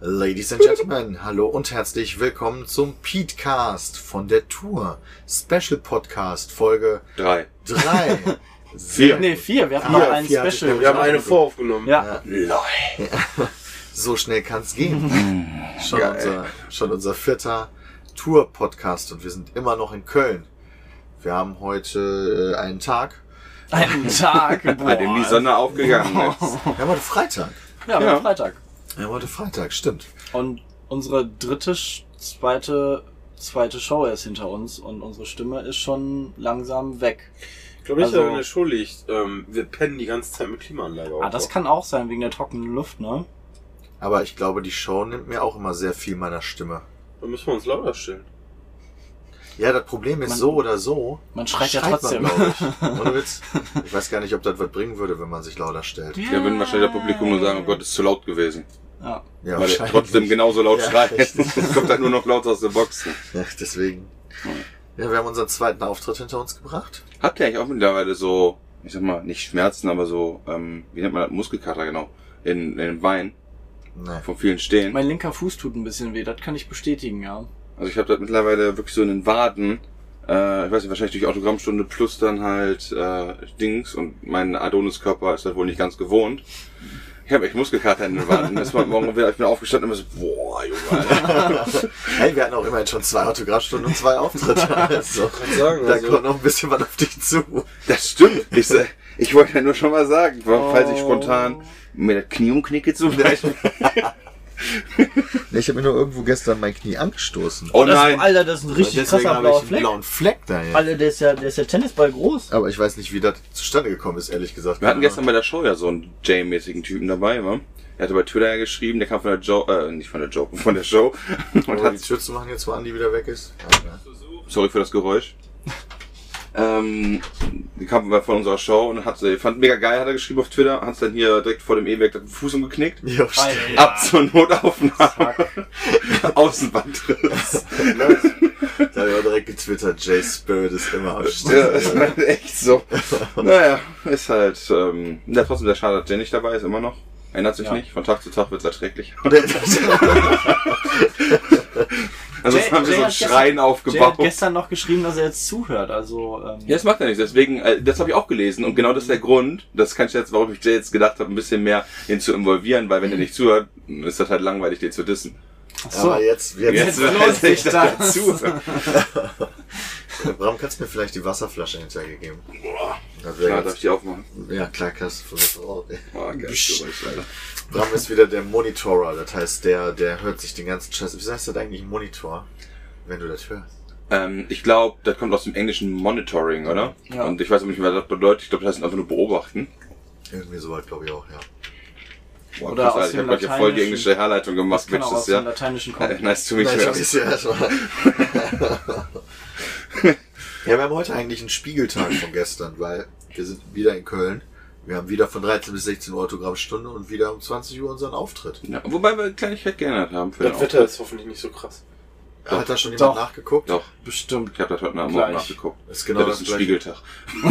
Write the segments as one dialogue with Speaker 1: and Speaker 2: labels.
Speaker 1: Ladies and Gentlemen, hallo und herzlich willkommen zum Petecast von der Tour. Special Podcast Folge
Speaker 2: Drei.
Speaker 1: 3.
Speaker 2: Vier.
Speaker 3: Nee, vier. Wir hatten
Speaker 1: Vier,
Speaker 3: noch einen
Speaker 1: vier hatte ich,
Speaker 3: Special.
Speaker 1: glaub
Speaker 2: Wir haben eine voraufgenommen.
Speaker 3: Ja.
Speaker 2: Lol.
Speaker 1: So schnell kann's gehen. Schon,
Speaker 2: Geil.
Speaker 1: unser, schon unser vierter Tour-Podcast und wir sind immer noch in Köln. Wir haben heute äh, einen Tag.
Speaker 3: Einen Tag.
Speaker 2: Hat ihm die Sonne aufgegangen ist.
Speaker 1: Wir haben heute Freitag.
Speaker 3: Ja, wir
Speaker 2: Ja.
Speaker 3: haben Freitag.
Speaker 1: Wir haben heute Freitag, stimmt.
Speaker 3: Und unsere dritte, Sch- zweite, zweite Show ist hinter uns und unsere Stimme ist schon langsam weg.
Speaker 2: Ich glaube nicht,
Speaker 3: Also-
Speaker 2: dass in der Schule liegt. Ähm, wir pennen die ganze Zeit mit Klimaanlage auf.
Speaker 3: Ah, das kann auch sein, wegen der trockenen Luft, ne?
Speaker 1: Aber ich glaube, die Show nimmt mir auch immer sehr viel meiner Stimme.
Speaker 2: Dann müssen wir uns lauter stellen.
Speaker 1: Ja, das Problem ist
Speaker 3: Man-
Speaker 1: so oder so.
Speaker 3: Man schreit ja trotzdem.
Speaker 1: Man, glaub ich. Ohne Witz. Ich weiß gar nicht, ob das was bringen würde, wenn man sich lauter stellt.
Speaker 2: Ja, würden wahrscheinlich das Publikum nur sagen, oh Gott, ist zu laut gewesen.
Speaker 3: Ja.
Speaker 1: Ja,
Speaker 2: Weil er trotzdem genauso laut
Speaker 1: Ja,
Speaker 2: schreit.
Speaker 1: richtig.
Speaker 2: Jetzt kommt halt nur noch laut aus der Box.
Speaker 1: Ja, deswegen. Ja, wir haben unseren zweiten Auftritt hinter uns gebracht.
Speaker 2: Habt ihr eigentlich auch mittlerweile so, ich sag mal, nicht Schmerzen, aber so, ähm, wie nennt man das, Muskelkater genau, in, in den Beinen,
Speaker 1: Nee.
Speaker 2: von vielen Stehen?
Speaker 3: Mein linker Fuß tut ein bisschen weh, das kann ich bestätigen, ja.
Speaker 2: Also ich habe das mittlerweile wirklich so in den Waden, äh, ich weiß nicht, wahrscheinlich durch Autogrammstunde plus dann halt äh, Dings und mein Adoniskörper ist das wohl nicht ganz gewohnt. Ich habe echt Muskelkater in den Waden. Das war morgen wieder, ich bin aufgestanden und bin so, boah, Junge, Alter.
Speaker 1: Hey, wir hatten auch immerhin schon zwei Autogrammstunden und zwei Auftritte. Also,
Speaker 2: sagen,
Speaker 1: da
Speaker 2: also-
Speaker 1: kommt noch ein bisschen was auf dich zu.
Speaker 2: Das stimmt. Ich, sa- ich wollte ja nur schon mal sagen, falls ich
Speaker 3: Oh.
Speaker 2: spontan mir das Knie umknicke zum Beispiel.
Speaker 1: Nee, Ich habe mir nur irgendwo gestern mein Knie angestoßen.
Speaker 2: Oh
Speaker 3: Das,
Speaker 2: nein.
Speaker 3: Alter, das ist ein richtig
Speaker 1: deswegen
Speaker 3: krasser
Speaker 1: habe ich
Speaker 3: blauer
Speaker 1: einen
Speaker 3: Fleck. Also
Speaker 1: blauen Fleck da jetzt.
Speaker 3: Alter, der ist, ja, der ist ja Tennisball groß.
Speaker 1: Aber ich weiß nicht, wie das zustande gekommen ist, ehrlich gesagt.
Speaker 2: Wir hatten gestern bei der Show ja so einen Jay-mäßigen Typen dabei, wa? Er hatte bei Twitter ja geschrieben, der kam von der Joe, äh, nicht von der Joe, von der Show. Und
Speaker 1: Wollen wir
Speaker 2: hat,
Speaker 1: die Tür zu machen, jetzt wo Andi wieder weg ist? Ja,
Speaker 2: sorry für das Geräusch. Ähm, die kam von unserer Show und hat, fand mega geil, hat er geschrieben auf Twitter, hat dann hier direkt vor dem E-Werk den Fuß umgeknickt.
Speaker 1: ja. ja stimmt.
Speaker 3: Alter,
Speaker 2: Ab zur Notaufnahme. Außenbandriss.
Speaker 1: Da habe ich auch direkt getwittert, Jay Spirit ist immer am
Speaker 2: Ja,
Speaker 1: Start.
Speaker 2: ist halt echt so. Naja, ist halt, ähm, ja, trotzdem der Schade, dass der nicht dabei ist, immer noch. Ändert sich
Speaker 3: Ja.
Speaker 2: nicht, von Tag zu Tag wird es erträglicher.
Speaker 1: Der-
Speaker 2: Also
Speaker 3: Jay-
Speaker 2: haben wir
Speaker 3: Jay
Speaker 2: so einen
Speaker 3: hat gestern-
Speaker 2: Schrein
Speaker 3: Jay hat
Speaker 2: aufgebaut.
Speaker 3: gestern noch geschrieben, dass er jetzt zuhört, also... Ähm,
Speaker 2: Ja, das macht er nicht. Deswegen, äh, das habe ich auch gelesen. Und genau das ist der Grund, das kann ich jetzt, warum ich Jay jetzt gedacht habe, ein bisschen mehr ihn zu involvieren, weil wenn er nicht zuhört, ist das halt langweilig, den zu dissen.
Speaker 3: ach so.
Speaker 1: Aber jetzt,
Speaker 2: Jetzt
Speaker 1: jetzt,
Speaker 3: lohnt
Speaker 2: weiß
Speaker 3: sich
Speaker 2: ich, dass er
Speaker 3: das.
Speaker 2: zuhört.
Speaker 1: Bram, kannst du mir vielleicht die Wasserflasche hintergegeben? Das wär
Speaker 2: Ja, darf ich
Speaker 1: jetzt,
Speaker 2: die aufmachen?
Speaker 1: ja, klar, kannst du von mir drauf.
Speaker 2: Oh, geil, Geräusch, Alter.
Speaker 1: Bram ist wieder der Monitorer, das heißt, der, der hört sich den ganzen Scheiß. Wie heißt das eigentlich Monitor, wenn du das hörst?
Speaker 2: Ähm, ich glaube, das kommt aus dem englischen Monitoring, oder?
Speaker 3: Ja.
Speaker 2: Und ich weiß auch nicht, was das bedeutet. Ich glaube, das heißt einfach nur beobachten.
Speaker 1: Irgendwie sowas, glaube ich auch, ja.
Speaker 2: Boah,
Speaker 3: Oder
Speaker 2: krass,
Speaker 3: aus
Speaker 2: Alter, ich
Speaker 3: dem
Speaker 2: habe gerade hier voll die
Speaker 3: Lateinischen.
Speaker 2: englische Herleitung gemacht,
Speaker 3: das kann auch genau, aus
Speaker 2: Bitches,
Speaker 3: dem
Speaker 2: ja.
Speaker 3: Lateinischen
Speaker 2: Äh,
Speaker 3: kommen.
Speaker 2: Nice to meet
Speaker 1: Nein,
Speaker 2: you.
Speaker 1: ich weiß ja erstmal. ja, wir haben heute eigentlich einen Spiegeltag von gestern, weil wir sind wieder in Köln. Wir haben wieder von 13 bis 16 Uhr Autogrammstunde und wieder um 20 Uhr unseren Auftritt.
Speaker 2: Ja, wobei wir eine Kleinigkeit geändert haben. Für den
Speaker 4: Das Wetter
Speaker 2: Auftritt.
Speaker 4: ist hoffentlich nicht so krass.
Speaker 1: Hat da schon
Speaker 3: Doch.
Speaker 1: jemand nachgeguckt?
Speaker 2: Doch,
Speaker 3: Bestimmt.
Speaker 2: ich habe das heute Morgen
Speaker 3: Gleich.
Speaker 2: nachgeguckt.
Speaker 1: Das ist genau
Speaker 2: das
Speaker 1: das
Speaker 2: ist ein
Speaker 1: Gleiche.
Speaker 2: Spiegeltag.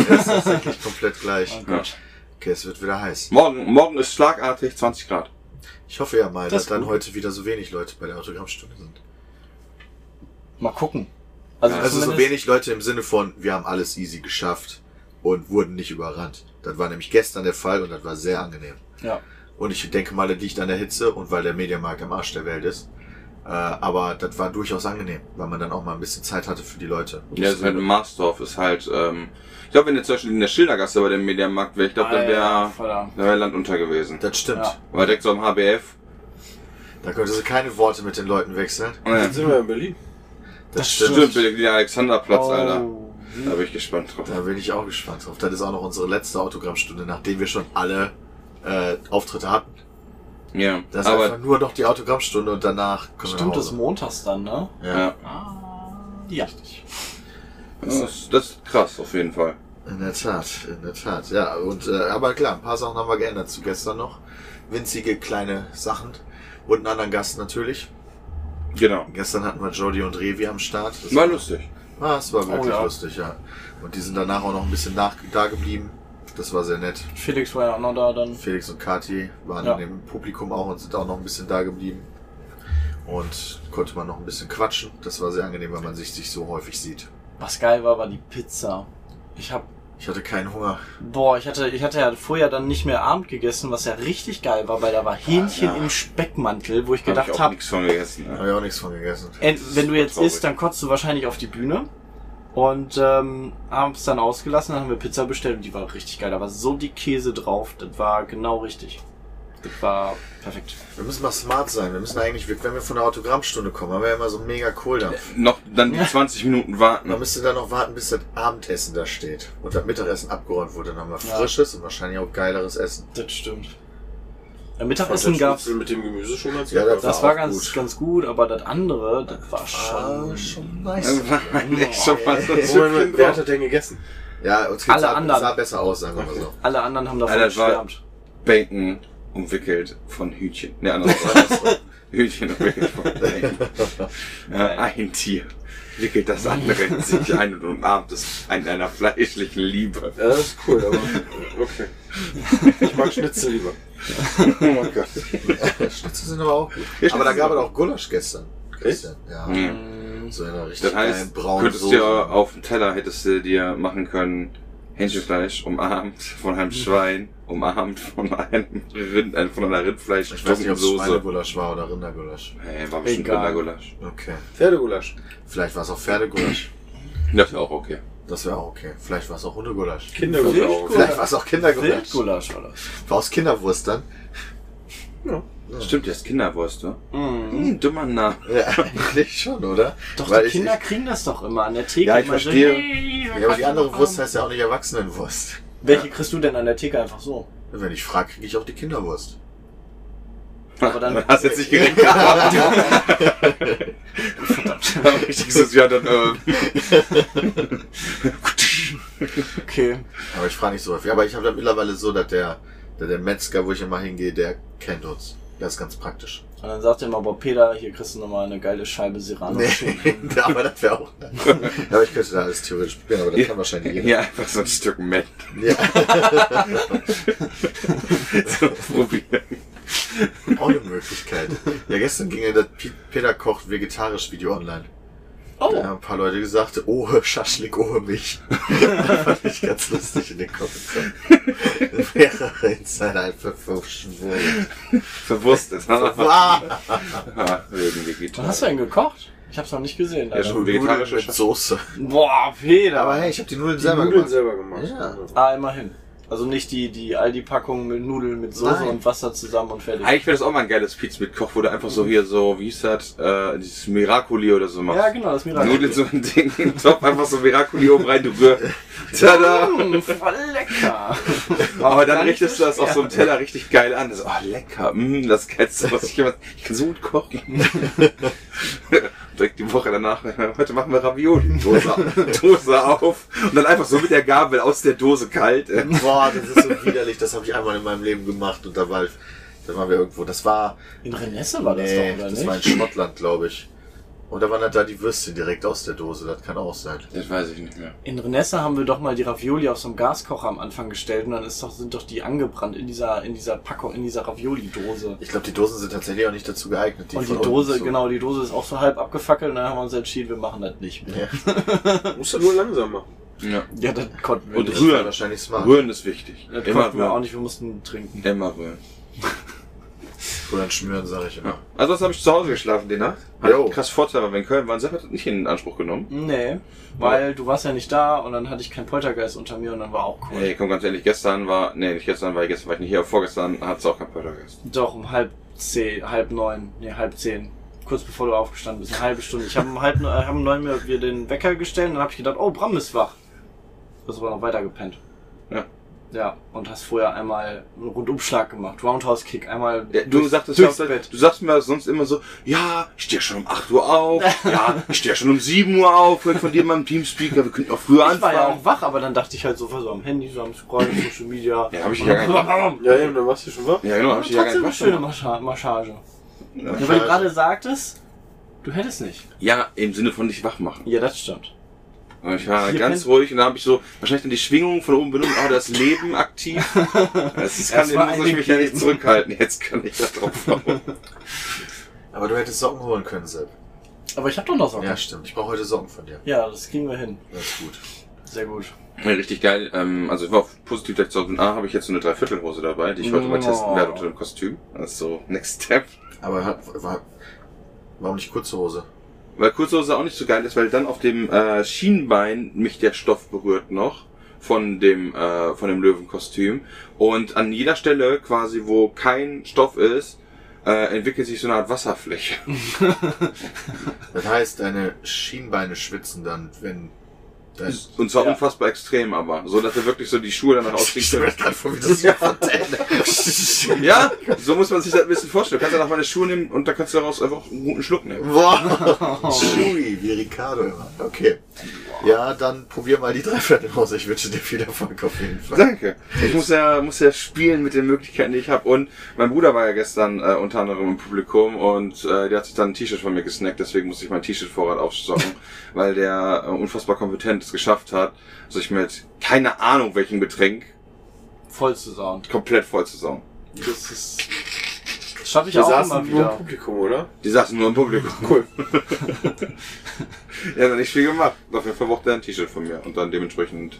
Speaker 1: Das ist tatsächlich komplett gleich.
Speaker 3: Oh Gott.
Speaker 1: Okay, es wird wieder heiß.
Speaker 2: Morgen, morgen ist schlagartig 20 Grad.
Speaker 1: Ich hoffe ja mal,
Speaker 3: Das
Speaker 1: dass
Speaker 3: ist
Speaker 1: dann
Speaker 3: gut.
Speaker 1: heute wieder so wenig Leute bei der Autogrammstunde sind.
Speaker 3: Mal gucken. Also,
Speaker 1: Also so
Speaker 3: zumindest-
Speaker 1: wenig Leute im Sinne von, wir haben alles easy geschafft und wurden nicht überrannt. Das war nämlich gestern der Fall und das war sehr angenehm.
Speaker 3: Ja.
Speaker 1: Und ich denke mal, das liegt an der Hitze und weil der Mediamarkt am Arsch der Welt ist. Äh, aber das war durchaus angenehm, weil man dann auch mal ein bisschen Zeit hatte für die Leute.
Speaker 2: Ja, es ist halt Marsdorf, ist halt, ähm, ich glaube, wenn jetzt zum Beispiel in der Schildergasse bei dem Mediamarkt wäre, ich glaube, dann
Speaker 3: Alter,
Speaker 2: wäre
Speaker 3: verdammt.
Speaker 2: dann wär Land unter gewesen.
Speaker 1: das stimmt.
Speaker 3: Ja.
Speaker 2: War direkt so am HBF.
Speaker 1: Da könnte sie keine Worte mit den Leuten wechseln.
Speaker 2: Oh Ja.
Speaker 4: Dann sind wir in Berlin.
Speaker 3: Das
Speaker 2: Stimmt, der Alexanderplatz, Alter.
Speaker 3: Oh.
Speaker 2: Da bin ich gespannt drauf.
Speaker 1: Da bin ich auch gespannt drauf. Das ist auch noch unsere letzte Autogrammstunde, nachdem wir schon alle äh, Auftritte hatten.
Speaker 2: Ja,
Speaker 1: Das ist einfach
Speaker 2: aber,
Speaker 1: nur noch die Autogrammstunde und danach können
Speaker 3: Stimmt,
Speaker 1: wir
Speaker 3: das
Speaker 1: nach
Speaker 3: ist
Speaker 1: Hause.
Speaker 3: montags dann, ne?
Speaker 1: ja.
Speaker 3: Ja.
Speaker 2: das ist, das ist krass, auf jeden Fall.
Speaker 1: In der Tat, in der Tat. Ja, und äh, aber klar, ein paar Sachen haben wir geändert zu gestern noch. Winzige kleine Sachen. Und einen anderen Gast natürlich.
Speaker 2: Genau.
Speaker 1: Gestern hatten wir Jody und Revi am Start. Das
Speaker 2: War lustig.
Speaker 1: Ah, es war wirklich
Speaker 3: Oh, ja.
Speaker 1: lustig, ja. Und die sind danach auch noch ein bisschen nach, da geblieben. Das war sehr nett.
Speaker 3: Felix war ja auch noch da dann.
Speaker 1: Felix und Kati waren
Speaker 3: Ja.
Speaker 1: in dem Publikum auch und sind auch noch ein bisschen da geblieben. Und konnte man noch ein bisschen quatschen. Das war sehr angenehm, weil man sich, sich so häufig sieht.
Speaker 3: Was geil war, war die Pizza. Ich hab,
Speaker 1: Ich hatte keinen Hunger.
Speaker 3: boah, ich hatte, ich hatte ja vorher dann nicht mehr Abend gegessen, was ja richtig geil war, weil da war Hähnchen
Speaker 1: ja.
Speaker 3: im Speckmantel, wo ich
Speaker 2: Hab
Speaker 3: gedacht
Speaker 2: ich auch
Speaker 3: habe,
Speaker 2: nichts von gegessen. Ne?
Speaker 1: Habe ich auch nichts von gegessen.
Speaker 3: Ent- wenn du jetzt
Speaker 2: traurig.
Speaker 3: isst, dann kotzt du wahrscheinlich auf die Bühne. Und ähm, haben es dann ausgelassen, dann haben wir Pizza bestellt und die war richtig geil. Da war so die Käse drauf, das war genau richtig. Das war perfekt.
Speaker 1: Wir müssen mal smart sein. Wir müssen eigentlich, wenn wir von der Autogrammstunde kommen, haben wir ja immer so einen mega Kohldampf.
Speaker 2: Noch dann die 20 Minuten warten.
Speaker 1: Man müsste dann noch warten, bis das Abendessen da steht und das Mittagessen abgeräumt wurde. Dann haben wir
Speaker 3: Ja.
Speaker 1: frisches und wahrscheinlich auch geileres Essen.
Speaker 3: Das stimmt. Am
Speaker 4: Das
Speaker 3: Mittagessen gab's.
Speaker 4: mit dem Gemüse schon ganz
Speaker 1: Ja,
Speaker 4: gut.
Speaker 1: das
Speaker 3: Das war
Speaker 1: auch
Speaker 3: ganz
Speaker 1: gut.
Speaker 3: gut. ganz gut, aber das andere, das war schon.
Speaker 1: schon nice.
Speaker 2: Das war eigentlich schon mal so
Speaker 4: Moment, Moment, wer hat das denn gegessen?
Speaker 1: Ja, uns
Speaker 3: Alle
Speaker 1: sah,
Speaker 3: anderen.
Speaker 1: sah besser aus, sagen wir mal so.
Speaker 3: Alle anderen haben davon
Speaker 2: Ja, das war-
Speaker 3: geschwärmt.
Speaker 2: Bacon umwickelt von Hühnchen. Ne, andersrum. Hühnchen umwickelt von Bacon. Ja, ein Tier wickelt das andere in sich ein und umarmt es in einer fleischlichen Liebe.
Speaker 4: Ja, das ist cool, aber okay. Ich mag Schnitzel lieber.
Speaker 2: Oh mein Gott.
Speaker 1: Schnitzel sind aber auch gut.
Speaker 2: Ja,
Speaker 1: aber da
Speaker 2: Schnitzel
Speaker 1: gab
Speaker 2: sind
Speaker 1: es auch Gulasch gestern. Gestern. Ja.
Speaker 2: Mhm.
Speaker 1: So in einer richtig
Speaker 2: Das heißt,
Speaker 1: geilen braunen
Speaker 2: könntest du
Speaker 1: Soße.
Speaker 2: dir auf dem Teller hättest du dir machen können Hähnchenfleisch umarmt von einem Schwein, umarmt von einem Rind, äh, von einer Rindfleisch
Speaker 1: ich weiß nicht, ob es
Speaker 2: Soße.
Speaker 1: Schweinegulasch war oder Rindergulasch.
Speaker 2: Hey, war bestimmt
Speaker 3: Egal.
Speaker 2: Rindergulasch.
Speaker 1: Okay.
Speaker 4: Pferdegulasch.
Speaker 1: Vielleicht war es auch Pferdegulasch.
Speaker 2: Das ist auch okay.
Speaker 1: Das wäre auch okay. Vielleicht war es auch Hundegulasch.
Speaker 4: Kindergulasch.
Speaker 1: Vielleicht war es auch Kindergulasch.
Speaker 3: Wildgulasch war das.
Speaker 1: War aus Kinderwurst dann?
Speaker 2: Stimmt, das ist Kinderwurst, ne?
Speaker 3: Mhm.
Speaker 2: Hm, dummer Name.
Speaker 1: Ja, eigentlich schon, oder?
Speaker 3: Doch,
Speaker 1: Weil
Speaker 3: die
Speaker 1: ich-
Speaker 3: Kinder kriegen das doch immer an der Theke.
Speaker 2: Ja, ich
Speaker 3: immer
Speaker 2: verstehe.
Speaker 3: So, "Nee, wir
Speaker 1: Ja, aber die
Speaker 3: kaufen
Speaker 1: andere
Speaker 3: noch
Speaker 1: Wurst
Speaker 3: einen."
Speaker 1: heißt ja auch nicht Erwachsenenwurst.
Speaker 3: Welche kriegst du denn an der Theke einfach so?
Speaker 1: Wenn ich frage, kriege ich auch die Kinderwurst.
Speaker 3: Aber dann-
Speaker 2: hast jetzt nicht gerechnet. Richtig so, ja, dann, äh,
Speaker 3: Okay.
Speaker 1: Aber ich frage nicht so häufig. Aber ich habe das mittlerweile so, dass der, dass der Metzger, wo ich immer hingehe, der kennt uns. Das ist ganz praktisch.
Speaker 3: Und dann sagt er immer, boah, Peter, hier kriegst du nochmal eine geile Scheibe Serrano.
Speaker 1: Nee, aber das wäre auch. aber ich könnte da alles theoretisch probieren, aber das kann wahrscheinlich jeder.
Speaker 2: hier einfach so ein Stück Mett
Speaker 1: Ja,
Speaker 2: so probieren.
Speaker 1: auch eine Möglichkeit. Ja, gestern ging ja das P- Peter kocht vegetarisch Video online.
Speaker 3: Oh,
Speaker 1: Da haben ein paar Leute gesagt, oh, Schaschlik, oh, mich. das fand ich ganz lustig in den Kommentaren. Mehrere Insider einfach verschwunden.
Speaker 2: Verwurstet. Ah,
Speaker 1: Ah,
Speaker 2: Wegen
Speaker 3: wann hast
Speaker 2: Vegetarisch.
Speaker 3: du denn gekocht? Ich hab's noch nicht gesehen.
Speaker 2: Ja,
Speaker 3: Alter.
Speaker 2: schon.
Speaker 1: Nudeln
Speaker 2: Vegetarische
Speaker 1: mit
Speaker 2: Schasch-
Speaker 1: Soße.
Speaker 3: Boah, Peter.
Speaker 1: Aber hey, ich habe die Nudeln
Speaker 4: Die
Speaker 1: selber
Speaker 4: Nudeln
Speaker 1: gemacht.
Speaker 4: selber gemacht.
Speaker 1: Ja.
Speaker 3: ah, immerhin. Also nicht die, die Aldi-Packung mit Nudeln mit Soße
Speaker 1: Nein.
Speaker 3: und Wasser zusammen und fertig.
Speaker 2: Eigentlich wäre das auch mal ein geiles Pizza mit Koch, wo du einfach so hier so, wie hieß das, äh, dieses Miracoli oder so machst.
Speaker 3: Ja, genau, das ist mir
Speaker 2: Nudeln so ein Ding in den Topf, einfach so Miracoli oben rein, du rührst. Tada!
Speaker 3: Mmh, voll lecker.
Speaker 2: Oh, Aber dann richtest du das auf so einem Teller richtig geil an. So, oh, lecker. Mm, das Geilste, was ich jemals... Ich kann so gut kochen. Direkt die Woche danach. Heute machen wir Ravioli. Dose, Dose auf. Und dann einfach so mit der Gabel aus der Dose kalt.
Speaker 1: Boah, das ist so widerlich. Das habe ich einmal in meinem Leben gemacht und da war ich, da waren wir irgendwo. Das war,
Speaker 3: In Renesse war das
Speaker 1: nee,
Speaker 3: doch, oder
Speaker 1: das
Speaker 3: nicht?
Speaker 1: war in Schottland, glaube ich. Und da waren dann da die Würstchen direkt aus der Dose. Das kann auch sein.
Speaker 2: Das weiß ich nicht mehr.
Speaker 3: In Renesse haben wir doch mal die Ravioli auf so einem Gaskocher am Anfang gestellt und dann ist doch, sind doch die angebrannt in dieser, in dieser Packung, in dieser Ravioli-Dose.
Speaker 1: Ich glaube, die Dosen sind tatsächlich auch nicht dazu geeignet.
Speaker 3: Und
Speaker 1: von
Speaker 3: die
Speaker 1: unten
Speaker 3: Dose,
Speaker 1: zu-
Speaker 3: genau, die Dose ist auch so halb abgefackelt und dann haben wir uns entschieden, wir machen das nicht mehr.
Speaker 1: Ja,
Speaker 4: Musst du nur langsam machen.
Speaker 2: Ja.
Speaker 3: Ja, das konnten wir
Speaker 2: Und
Speaker 3: nicht.
Speaker 1: das wäre
Speaker 2: Rühren.
Speaker 1: wahrscheinlich smart.
Speaker 2: Rühren ist wichtig.
Speaker 3: Das
Speaker 2: Immer
Speaker 3: konnten wir auch
Speaker 2: rühren.
Speaker 3: nicht, wir mussten trinken.
Speaker 2: Immer rühren.
Speaker 1: Oder ein Schmieren, sage ich immer.
Speaker 2: Also, was habe ich zu Hause geschlafen die Nacht? Hat
Speaker 1: Jo.
Speaker 2: krass Vorteil, weil wir in Köln waren, Sepp hat das nicht in Anspruch genommen.
Speaker 3: Nee, weil du warst ja nicht da und dann hatte ich keinen Poltergeist unter mir und dann war auch cool.
Speaker 2: Hey, komm, ganz ehrlich, gestern war, nee, nicht gestern, weil gestern war ich nicht hier, aber vorgestern hat es auch kein Poltergeist.
Speaker 3: Doch, um halb zehn, halb neun, nee, halb zehn. Kurz bevor du aufgestanden bist, eine halbe Stunde. Ich habe um halb neun, äh, haben um neun mir wir den Wecker gestellt und dann habe ich gedacht, oh, Bram ist wach. Du hast aber noch weiter gepennt.
Speaker 2: Ja.
Speaker 3: Ja, und hast vorher einmal einen Rundumschlag gemacht, Roundhouse-Kick, einmal
Speaker 2: Ja, du
Speaker 3: durchs-
Speaker 2: sagtest
Speaker 3: durchs
Speaker 2: ja auch,
Speaker 3: Bett.
Speaker 2: du sagst mir sonst immer so, ja, ich stehe schon um 8 Uhr auf, ja, ich stehe schon um 7 Uhr auf, hört von dir mal im Teamspeaker, wir könnten auch früher
Speaker 3: Ich war ja
Speaker 2: anfangen.
Speaker 3: auch wach, aber dann dachte ich halt so, so am Handy, so am Scrollen, Social Media.
Speaker 2: Ja, hab ich ja gar
Speaker 4: Ja, eben, dann warst du schon wach.
Speaker 2: Ja, genau, hab ich
Speaker 3: Trotzdem
Speaker 2: ja gar
Speaker 3: eine
Speaker 2: nicht
Speaker 3: schöne
Speaker 2: wach
Speaker 3: Mascha- Massage. Ja, weil du
Speaker 1: Massage.
Speaker 3: gerade sagtest, du hättest nicht.
Speaker 2: Ja, im Sinne von dich wach machen.
Speaker 3: Ja, das stimmt.
Speaker 2: Und ich war
Speaker 3: Hier
Speaker 2: ganz
Speaker 3: pennt-
Speaker 2: ruhig und da habe ich so wahrscheinlich dann die Schwingung von oben benutzt, aber das Leben aktiv. Das kann
Speaker 3: war
Speaker 2: das muss ich mich ja nicht zurückhalten. Jetzt kann ich da drauf hauen.
Speaker 1: Aber du hättest Socken holen können, Sepp.
Speaker 3: Aber ich habe doch noch Socken.
Speaker 1: Ja, stimmt. Ich brauche heute Socken von dir.
Speaker 3: ja, das kriegen wir hin.
Speaker 1: Das ist gut.
Speaker 3: Sehr gut.
Speaker 2: Ja, Richtig geil. Ähm, also ich war auch positiv gleich zu A habe ich jetzt so eine Dreiviertelhose dabei, die ich heute mal testen
Speaker 3: Oh.
Speaker 2: werde unter dem Kostüm. Das ist so Next Step.
Speaker 1: Aber hat, war, warum nicht kurze Hose?
Speaker 2: Weil Kurzhose auch nicht so geil ist, weil dann auf dem äh, Schienbein mich der Stoff berührt noch von dem äh, von dem Löwenkostüm und an jeder Stelle quasi wo kein Stoff ist äh, entwickelt sich so eine Art Wasserfläche.
Speaker 1: Das heißt, deine Schienbeine schwitzen dann, wenn dein...
Speaker 2: Und zwar
Speaker 3: Ja.
Speaker 2: unfassbar extrem aber, so dass er wirklich so die Schuhe danach
Speaker 1: Ich
Speaker 2: ausziehen
Speaker 1: stelle mir
Speaker 2: können.
Speaker 1: das gerade vor, wie das hier von
Speaker 2: Ja, so muss man sich das ein bisschen vorstellen. Du kannst danach mal eine Schuhe nehmen und dann kannst du daraus einfach einen guten Schluck nehmen.
Speaker 1: Wow. Chewy, wie Ricardo immer. Okay. Ja, dann probier mal die Dreiviertelhose. Ich wünsche dir viel Erfolg auf jeden Fall.
Speaker 2: Danke. Ich muss ja, muss ja spielen mit den Möglichkeiten, die ich habe. Und mein Bruder war ja gestern äh, unter anderem im Publikum und äh, der hat sich dann ein T-Shirt von mir gesnackt, deswegen muss ich mein T-Shirt-Vorrat aufstocken, weil der äh, unfassbar kompetent es geschafft hat, sich mit keine Ahnung welchem Getränk
Speaker 3: Voll zu sauen.
Speaker 2: komplett voll zu saugen.
Speaker 3: Das ist. Das schaffe ich
Speaker 4: Wir
Speaker 3: auch
Speaker 4: saßen
Speaker 3: immer
Speaker 4: nur im
Speaker 3: wieder.
Speaker 4: Publikum, oder?
Speaker 2: Die saßen nur im Publikum. Cool. er hat dann nicht viel gemacht. Auf jeden Fall brauchte er ein T-Shirt von mir und dann dementsprechend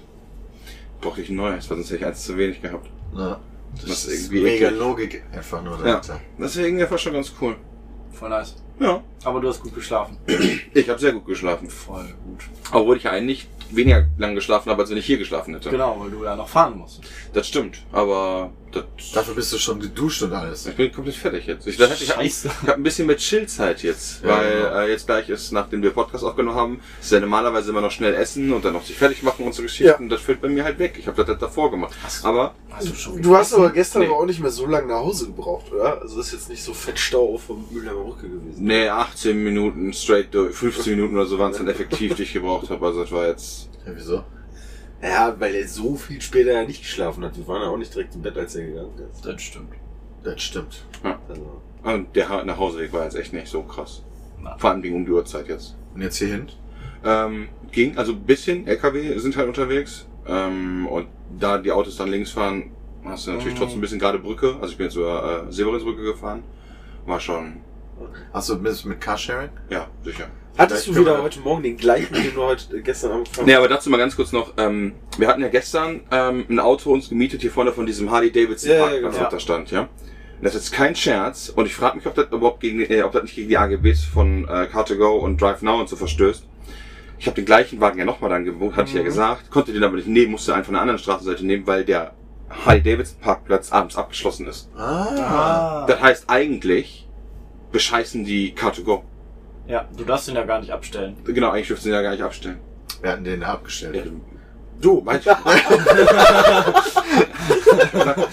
Speaker 2: brauchte ich ein neues, weil sonst hätte ich eins zu wenig gehabt.
Speaker 1: Na, das,
Speaker 2: Das ist
Speaker 1: ist
Speaker 2: irgendwie
Speaker 1: mega
Speaker 2: eklig.
Speaker 1: Logik einfach nur
Speaker 2: Ja,
Speaker 1: dahinter.
Speaker 2: deswegen der war schon ganz cool.
Speaker 3: Voll nice.
Speaker 2: Ja,
Speaker 3: Aber du hast gut geschlafen.
Speaker 2: ich habe sehr gut geschlafen.
Speaker 3: Voll gut.
Speaker 2: Obwohl ich ja eigentlich weniger lang geschlafen habe, als wenn ich hier geschlafen hätte.
Speaker 3: Genau, weil du ja noch fahren musst.
Speaker 2: Das stimmt, aber das,
Speaker 1: Dafür bist du schon geduscht und alles.
Speaker 2: ich bin komplett fertig jetzt. Ich, das heißt, ich habe
Speaker 3: Scheiße.
Speaker 2: ich hab ein bisschen mehr Chillzeit jetzt,
Speaker 1: Ja,
Speaker 2: weil
Speaker 1: genau.
Speaker 2: äh, jetzt gleich ist, nachdem wir Podcast aufgenommen haben, ist ja normalerweise immer noch schnell essen und dann noch sich fertig machen und so Geschichten. Das fällt bei mir halt weg. Ich habe das halt davor gemacht. Aber
Speaker 3: Hast du schon
Speaker 4: Du hast aber gestern
Speaker 2: Nee.
Speaker 4: aber auch nicht mehr so lange nach Hause gebraucht, oder? Also das ist jetzt nicht so fett Stau vom Mühlheimer Brücke gewesen.
Speaker 2: nee, 18 Minuten straight durch, 15 Minuten oder so waren es dann effektiv, die ich gebraucht habe. Also das war jetzt
Speaker 1: Ja, wieso?
Speaker 4: Ja, weil er so viel später ja nicht geschlafen hat. Wir waren ja auch nicht direkt im Bett, als er gegangen ist.
Speaker 3: Das stimmt.
Speaker 1: Das stimmt.
Speaker 4: Also,
Speaker 2: und der Ha- Nachhauseweg war jetzt echt nicht so krass.
Speaker 3: Na.
Speaker 2: Vor allem wegen um die Uhrzeit jetzt.
Speaker 1: Und jetzt hier hin?
Speaker 2: Ähm, ging, also ein bisschen, LKW sind halt unterwegs. Ähm, und da die Autos dann links fahren, hast du natürlich
Speaker 3: Mhm.
Speaker 2: trotzdem ein bisschen gerade Brücke. Also ich bin jetzt über äh, Severinsbrücke gefahren. War schon,
Speaker 1: Achso, bist du mit Carsharing?
Speaker 2: ja, sicher.
Speaker 4: hattest du
Speaker 1: können
Speaker 4: wieder
Speaker 1: wir-
Speaker 4: heute Morgen den gleichen, den du heute äh, gestern angefangen
Speaker 2: Nee, aber dazu mal ganz kurz noch. Ähm, wir hatten ja gestern ähm, ein Auto uns gemietet hier vorne von diesem Harley Davidson
Speaker 4: Ja, ja,
Speaker 2: Parkplatz,
Speaker 4: genau.
Speaker 2: was da stand, ja. Und das ist jetzt kein Scherz. Und ich frage mich, ob das überhaupt gegen, äh, ob das nicht gegen die AGBs von äh, Car2Go und Drive Now und so verstößt. Ich habe den gleichen Wagen ja nochmal dann gebucht, hatte ich
Speaker 4: Mhm.
Speaker 2: ja gesagt. Konnte den aber nicht nehmen, musste einen von der anderen Straßenseite nehmen, weil der Harley Davidson Parkplatz abends abgeschlossen ist.
Speaker 1: Ah.
Speaker 3: Ah.
Speaker 2: Das heißt eigentlich bescheißen die Car2Go.
Speaker 3: Ja, du darfst ihn ja gar nicht abstellen.
Speaker 2: Genau, eigentlich dürften sie ja gar nicht abstellen.
Speaker 1: Wir hatten den abgestellt.
Speaker 2: Ja, Du, meinst du?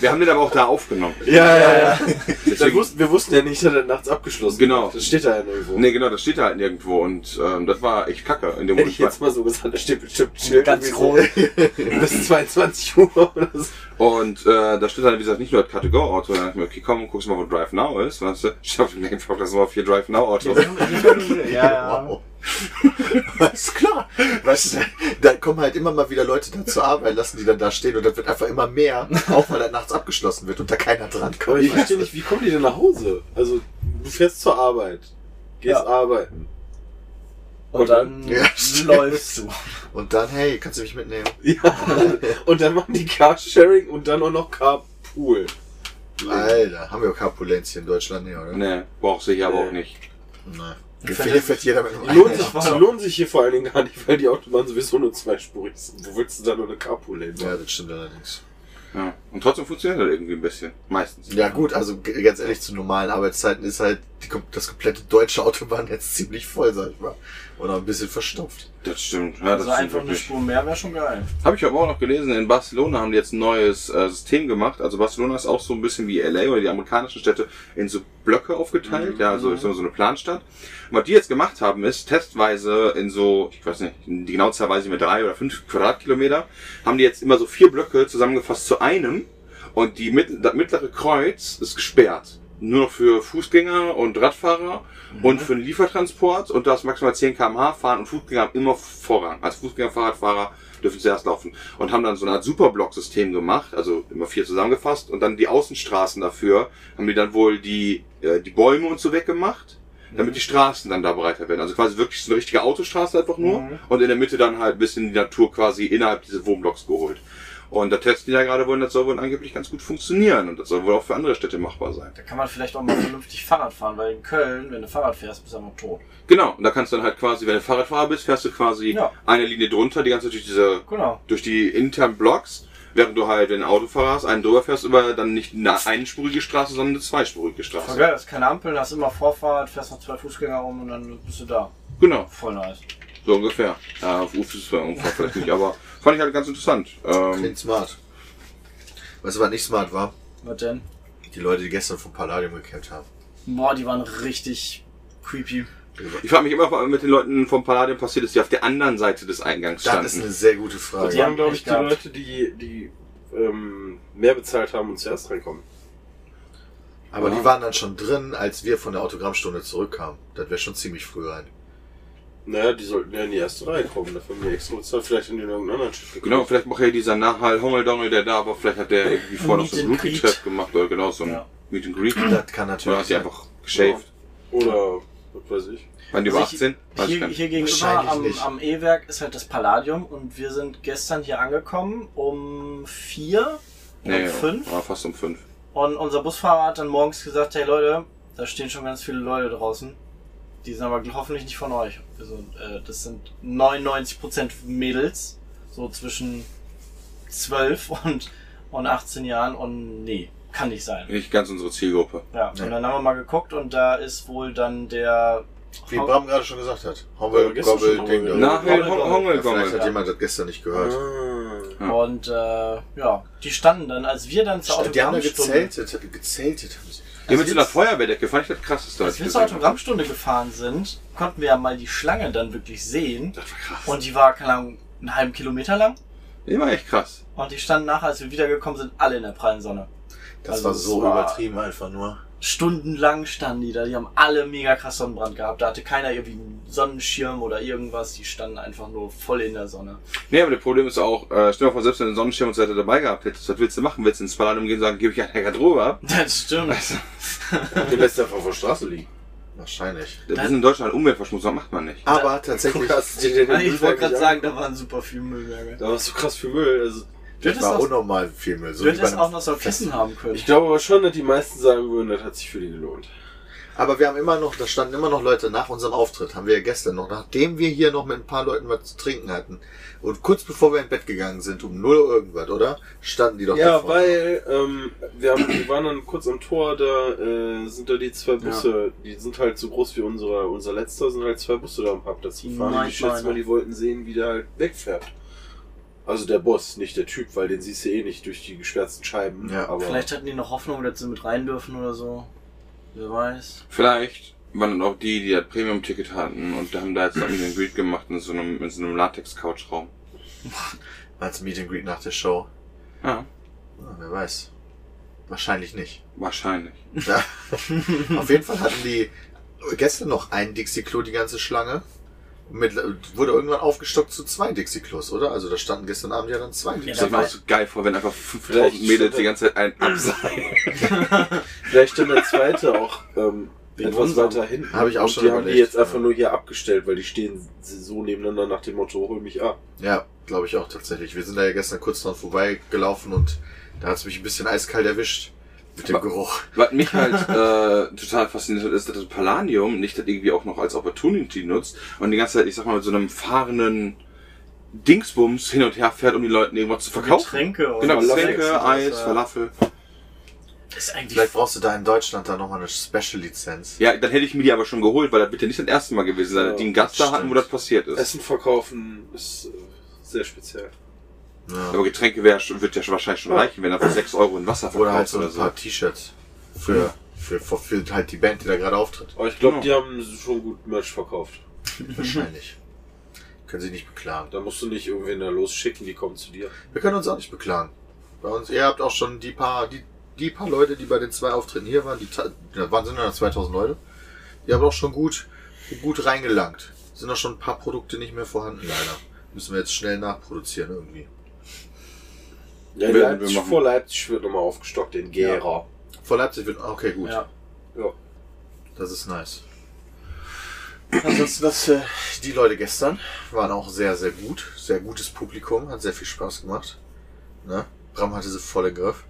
Speaker 2: Wir haben den aber auch da aufgenommen.
Speaker 4: Ja, ja, ja.
Speaker 2: Deswegen-
Speaker 4: wussten, wir wussten ja nicht, dass er nachts abgeschlossen
Speaker 2: Genau.
Speaker 4: wird. Das steht da ja nirgendwo.
Speaker 2: Nee, genau, das steht da halt nirgendwo und ähm, das war echt kacke in dem
Speaker 4: Hätte ich
Speaker 2: Moment.
Speaker 4: jetzt mal so gesagt, da steht bestimmt ein Schild.
Speaker 3: Ganz
Speaker 4: irgendwie so Bis 22 Uhr oder so.
Speaker 2: Und äh, da steht dann, wie gesagt, nicht nur das Kategor-Auto. Dann dachte ich mir, okay, komm, guckst mal, wo Drive Now ist, weißt du? Ich hab den Name das war vier Drive Now-Autos.
Speaker 3: ja, ja.
Speaker 1: Wow. Alles klar. Weißt du, da kommen halt immer mal wieder Leute da zur Arbeit, lassen die dann da stehen und das wird einfach immer mehr, auch weil das nachts abgeschlossen wird und da keiner dran
Speaker 4: Aber
Speaker 1: kommt.
Speaker 4: ich verstehe nicht, wie kommen die denn nach Hause? Also, du fährst zur Arbeit, gehst
Speaker 3: Ja.
Speaker 4: arbeiten.
Speaker 3: Und dann
Speaker 1: Ja, stimmt.
Speaker 3: läufst du.
Speaker 1: Und dann, hey, kannst du mich mitnehmen?
Speaker 4: Ja. Und dann machen die Carsharing und dann auch noch Carpool.
Speaker 1: Alter, haben wir auch Carpolänzchen in Deutschland, nee, oder?
Speaker 2: Nee, brauchst du hier aber
Speaker 4: Nee.
Speaker 2: auch nicht.
Speaker 1: Nein. Hier fährt- hier fährt jeder mit einem
Speaker 4: Die lohnen, sich,
Speaker 1: Einrad.
Speaker 4: die lohnen sich hier vor allen Dingen gar nicht, weil die Autobahnen sowieso nur zweispurig sind. Wo willst du da nur eine Carpool-Lane
Speaker 1: Ja,
Speaker 4: machen?
Speaker 1: das stimmt allerdings.
Speaker 2: Ja. Und trotzdem funktioniert das halt irgendwie ein bisschen. Meistens.
Speaker 1: Ja gut, also g- ganz ehrlich, zu normalen Arbeitszeiten ist halt die, kom- das komplette deutsche Autobahn jetzt ziemlich voll, sag ich mal. Oder ein bisschen verstopft.
Speaker 2: Das stimmt. Ja, das
Speaker 3: Also einfach
Speaker 2: stimmt
Speaker 3: eine
Speaker 2: wirklich.
Speaker 3: Spur mehr wäre schon geil.
Speaker 2: Habe ich aber auch noch gelesen, in Barcelona haben die jetzt ein neues äh, System gemacht. Also Barcelona ist auch so ein bisschen wie LA oder die amerikanischen Städte in so Blöcke aufgeteilt. Ja, also ich sag mal so eine Planstadt. Und was die jetzt gemacht haben, ist testweise in so, ich weiß nicht, die genaue Zahl weiß ich mir drei oder fünf Quadratkilometer, haben die jetzt immer so vier Blöcke zusammengefasst zu einem. Und die mittel, das mittlere Kreuz ist gesperrt. Nur noch für Fußgänger und Radfahrer und für den Liefertransport. Und da ist maximal 10 km/h fahren und Fußgänger haben immer Vorrang. Als Fußgänger, Fahrradfahrer dürfen zuerst laufen. Und haben dann so eine Art Superblock-System gemacht, also immer vier zusammengefasst. Und dann die Außenstraßen dafür haben die dann wohl die, äh, die Bäume und so weggemacht. Damit die Straßen dann da breiter werden. Also quasi wirklich so eine richtige Autostraße einfach nur. Und in der Mitte dann halt ein bisschen die Natur quasi innerhalb dieses Wohnblocks geholt. Und da testen die ja gerade wohl, und das soll wohl angeblich ganz gut funktionieren. Und das soll wohl auch für andere Städte machbar sein.
Speaker 3: Da kann man vielleicht auch mal vernünftig Fahrrad fahren, weil in Köln, wenn du Fahrrad fährst, bist du einfach tot.
Speaker 2: Genau, und da kannst du dann halt quasi, wenn du Fahrradfahrer bist, fährst du quasi
Speaker 3: Ja.
Speaker 2: eine Linie drunter, die ganze Zeit durch diese,
Speaker 3: Genau.
Speaker 2: durch die internen Blocks, während du halt, wenn du Autofahrer hast, einen drüber fährst, über dann nicht eine einspurige Straße, sondern eine zweispurige
Speaker 3: Voll
Speaker 2: Straße.
Speaker 3: geil, hast keine Ampeln, hast immer Vorfahrt, fährst noch zwei Fußgänger rum und dann bist du da.
Speaker 2: Genau,
Speaker 3: Voll nice.
Speaker 2: so ungefähr. Ja, auf Ufus ist ungefähr vielleicht nicht, aber fand ich halt ganz interessant. Ähm,
Speaker 1: Klingt smart. Weißt du, was nicht smart war?
Speaker 3: Was denn?
Speaker 1: Die Leute, die gestern vom Palladium gekämpft haben.
Speaker 3: Boah, die waren richtig creepy.
Speaker 2: ich frage mich immer, was mit den Leuten vom Palladium passiert ist, die auf der anderen Seite des Eingangs
Speaker 1: Das ist eine
Speaker 2: standen.
Speaker 1: sehr gute
Speaker 4: Das
Speaker 1: Frage.
Speaker 3: Ja.
Speaker 4: waren, glaube ich,
Speaker 3: echt
Speaker 4: die
Speaker 3: gehabt.
Speaker 4: Leute, die, die ähm, mehr bezahlt haben und zuerst reinkommen.
Speaker 1: Aber
Speaker 2: Ja.
Speaker 1: die waren dann schon drin, als wir von der Autogrammstunde zurückkamen. Das wäre schon ziemlich früh rein.
Speaker 4: Naja, die sollten ja in die erste Reihe kommen. Dafür haben die extra bezahlt. Vielleicht in irgendeinen anderen Schiff gekommen.
Speaker 2: Genau, vielleicht macht ja dieser Nahal Hongeldongel, der da war, vielleicht hat der irgendwie vorher noch
Speaker 3: Äh, Meet
Speaker 2: so ein
Speaker 3: and
Speaker 2: Rookie-Treff gemacht oder genau so ein
Speaker 3: Ja.
Speaker 2: Meet and Greet.
Speaker 1: Das kann
Speaker 2: Oder
Speaker 1: natürlich
Speaker 2: hat die
Speaker 1: sein.
Speaker 2: einfach geshaved?
Speaker 4: Oder, was weiß ich.
Speaker 2: Waren die über
Speaker 3: Also
Speaker 2: 18? Weiß ich
Speaker 3: Hier,
Speaker 2: gar nicht.
Speaker 3: hier gegenüber
Speaker 1: Wahrscheinlich
Speaker 3: am,
Speaker 1: nicht.
Speaker 3: am E-Werk ist halt das Palladium und wir sind gestern hier angekommen um vier, um
Speaker 2: Nee,
Speaker 3: fünf
Speaker 2: War fast um 5.
Speaker 3: und unser Busfahrer hat dann morgens gesagt, hey Leute, da stehen schon ganz viele Leute draußen. Die sind aber hoffentlich nicht von euch. Wir so, äh, das sind 99% Mädels, so zwischen 12 und, und 18 Jahren und nee, kann nicht sein.
Speaker 2: Nicht ganz unsere Zielgruppe.
Speaker 3: Ja,
Speaker 1: Nee.
Speaker 3: und dann haben wir mal geguckt und da ist wohl dann der.
Speaker 1: Wie Bram gerade schon gesagt hat.
Speaker 4: Ja,
Speaker 1: Hommel,
Speaker 4: gestern schon
Speaker 1: Gobbel,
Speaker 4: drüber
Speaker 1: Ding,
Speaker 4: geredet.
Speaker 1: Dong.
Speaker 2: Nach
Speaker 3: Hongeldongel.
Speaker 1: Ja, Vielleicht
Speaker 2: Hongelgommel.
Speaker 1: hat jemand das gestern nicht gehört.
Speaker 4: Ah.
Speaker 2: Ja.
Speaker 3: Und äh, ja, die standen dann, als wir dann zur
Speaker 1: Die haben da
Speaker 3: Autogrammstunde.
Speaker 1: gezeltet, gezeltet. haben sie.
Speaker 2: Ja, mit so einer
Speaker 3: Als wir-
Speaker 2: Feuerwehrdecke fand ich das krasseste.
Speaker 3: Als wir zur Autogrammstunde gefahren sind, konnten wir ja mal die Schlange dann wirklich sehen.
Speaker 2: Das war krass.
Speaker 3: Und die war, keine Ahnung, einen halben Kilometer lang.
Speaker 2: Die war echt krass.
Speaker 3: Und die standen nachher, als wir wiedergekommen sind, alle in der prallen Sonne.
Speaker 1: Das
Speaker 3: Also
Speaker 1: war
Speaker 3: es
Speaker 1: so
Speaker 3: war-
Speaker 1: übertrieben einfach nur.
Speaker 3: Stundenlang standen die da. Die haben alle mega krass Sonnenbrand gehabt. Da hatte keiner irgendwie einen Sonnenschirm oder irgendwas. Die standen einfach nur voll in der Sonne.
Speaker 2: Nee, aber das Problem ist auch, äh, stell dir mal vor, selbst wenn du einen Sonnenschirm und so weiter dabei gehabt hättest, was willst du machen? Willst du ins Palladium gehen und sagen, gebe ich einen Hacker drüber ab?
Speaker 3: Das stimmt.
Speaker 4: Ah. Den lässt du einfach auf der Straße liegen.
Speaker 1: Wahrscheinlich.
Speaker 2: Das
Speaker 3: Das-
Speaker 2: ist in Deutschland Umweltverschmutzung, macht man nicht.
Speaker 1: Aber tatsächlich,
Speaker 4: du dir den
Speaker 3: Ich wollte gerade
Speaker 4: nicht
Speaker 3: sagen, da waren super viele Müllberge.
Speaker 4: Da warst du krass für Müll. Also,
Speaker 3: Du
Speaker 1: das
Speaker 3: hättest
Speaker 1: war
Speaker 3: auch,
Speaker 1: unnormal viel Müll. So
Speaker 3: du
Speaker 1: wie bei
Speaker 3: hättest
Speaker 1: einem
Speaker 3: auch noch so Kissen haben können.
Speaker 4: ich glaube aber schon, dass die meisten sagen würden, das hat sich für die gelohnt.
Speaker 1: Aber wir haben immer noch, da standen immer noch Leute nach unserem Auftritt, haben wir ja gestern noch, nachdem wir hier noch mit ein paar Leuten was zu trinken hatten und kurz bevor wir ins Bett gegangen sind, um null irgendwas, oder? Standen die doch
Speaker 4: ja,
Speaker 1: davor.
Speaker 4: weil ähm, wir, haben, wir waren dann kurz am Tor, da äh, sind da die zwei Busse, die sind halt so groß wie unsere, unser letzter, sind halt zwei Busse da am Parkplatz gefahren.
Speaker 3: Nein,
Speaker 4: ich schätze mal,
Speaker 3: nein.
Speaker 4: die wollten sehen, wie der halt wegfährt. Also der Boss, nicht der Typ, weil den siehst du eh nicht durch die gesperrten Scheiben.
Speaker 1: Ja.
Speaker 4: aber
Speaker 3: Vielleicht hatten die noch Hoffnung, dass sie mit rein dürfen oder so. Wer weiß.
Speaker 2: Vielleicht waren dann auch die, die das Premium-Ticket hatten und haben da jetzt noch einen Greet gemacht in so einem, in so einem Latex-Couchraum.
Speaker 1: Als Meet and Greet nach der Show.
Speaker 2: Ja,
Speaker 1: Ja, wer weiß. Wahrscheinlich nicht.
Speaker 2: wahrscheinlich.
Speaker 1: Ja. Auf jeden Fall hatten die gestern noch ein Dixie-Klo, die ganze Schlange. Mit, wurde irgendwann aufgestockt zu zwei Dixie-Klos, oder? Also da standen gestern Abend ja dann zwei
Speaker 2: Ich
Speaker 1: Dixie-Klos.
Speaker 2: stell mir auch so geil vor, wenn einfach 5000
Speaker 4: Vielleicht
Speaker 2: Mädels die
Speaker 4: steht-
Speaker 2: ganze Zeit einen abseilen.
Speaker 4: Vielleicht dann der zweite auch ähm,
Speaker 3: Wegen
Speaker 4: etwas
Speaker 3: unserem.
Speaker 4: weiter hinten.
Speaker 1: Habe ich auch
Speaker 4: Und
Speaker 1: schon
Speaker 4: Die haben die
Speaker 1: überlegt,
Speaker 4: jetzt einfach
Speaker 1: ja.
Speaker 4: nur hier abgestellt, weil die stehen so nebeneinander nach dem Motto, hol mich ab.
Speaker 1: Ja, glaube ich auch tatsächlich. Wir sind da ja gestern kurz dran vorbeigelaufen und da hat's mich ein bisschen eiskalt erwischt. Mit dem Geruch.
Speaker 2: Was mich halt äh, total fasziniert hat, ist, dass das Palladium nicht das irgendwie auch noch als Opportunity nutzt und die ganze Zeit, ich sag mal, mit so einem fahrenden Dingsbums hin und her fährt, um die Leuten irgendwas zu verkaufen.
Speaker 3: Getränke
Speaker 2: Genau,
Speaker 3: Snacks und
Speaker 2: Getränke,
Speaker 3: sowas,
Speaker 2: Eis,
Speaker 3: ja.
Speaker 2: Falafel.
Speaker 3: Ist eigentlich
Speaker 1: Vielleicht brauchst du da in Deutschland dann nochmal eine Special-Lizenz.
Speaker 2: Ja, dann hätte ich mir die aber schon geholt, weil das bitte nicht das erste Mal gewesen sein, dass die einen Gast da hatten, wo das passiert ist.
Speaker 4: Essen verkaufen ist äh, sehr speziell.
Speaker 1: Ja.
Speaker 2: aber Getränke wär, wird ja schon- wahrscheinlich schon reichen, wenn er für 6 Euro ein Wasser verkauft
Speaker 1: Oder halt so
Speaker 2: oder
Speaker 1: ein
Speaker 2: so.
Speaker 1: paar T-Shirts für, für, für, für halt die Band, die da gerade auftritt.
Speaker 4: Aber ich glaube,
Speaker 2: Genau.
Speaker 4: die haben schon gut Merch verkauft.
Speaker 2: Mhm.
Speaker 1: Wahrscheinlich. Können sie nicht beklagen.
Speaker 4: Da musst du nicht irgendwen da losschicken, die kommen zu dir.
Speaker 1: Wir können uns auch nicht beklagen. Bei uns, ihr habt auch schon die paar, die, die paar Leute, die bei den zwei Auftritten hier waren, die ta- da waren sind ja 2000 Leute, die haben auch schon gut, gut reingelangt. Sind auch schon ein paar Produkte nicht mehr vorhanden, leider. Müssen wir jetzt schnell nachproduzieren irgendwie.
Speaker 4: Ja,
Speaker 2: Werden wir
Speaker 4: Leipzig,
Speaker 2: machen.
Speaker 4: vor Leipzig wird nochmal aufgestockt in Gera.
Speaker 1: Vor Leipzig wird, okay, gut.
Speaker 3: Ja.
Speaker 4: Ja.
Speaker 1: Das ist nice. Ansonsten, das, äh, die Leute gestern waren auch sehr, sehr gut. Sehr gutes Publikum, hat sehr viel Spaß gemacht. Ne? Bram hatte sie voll im Griff.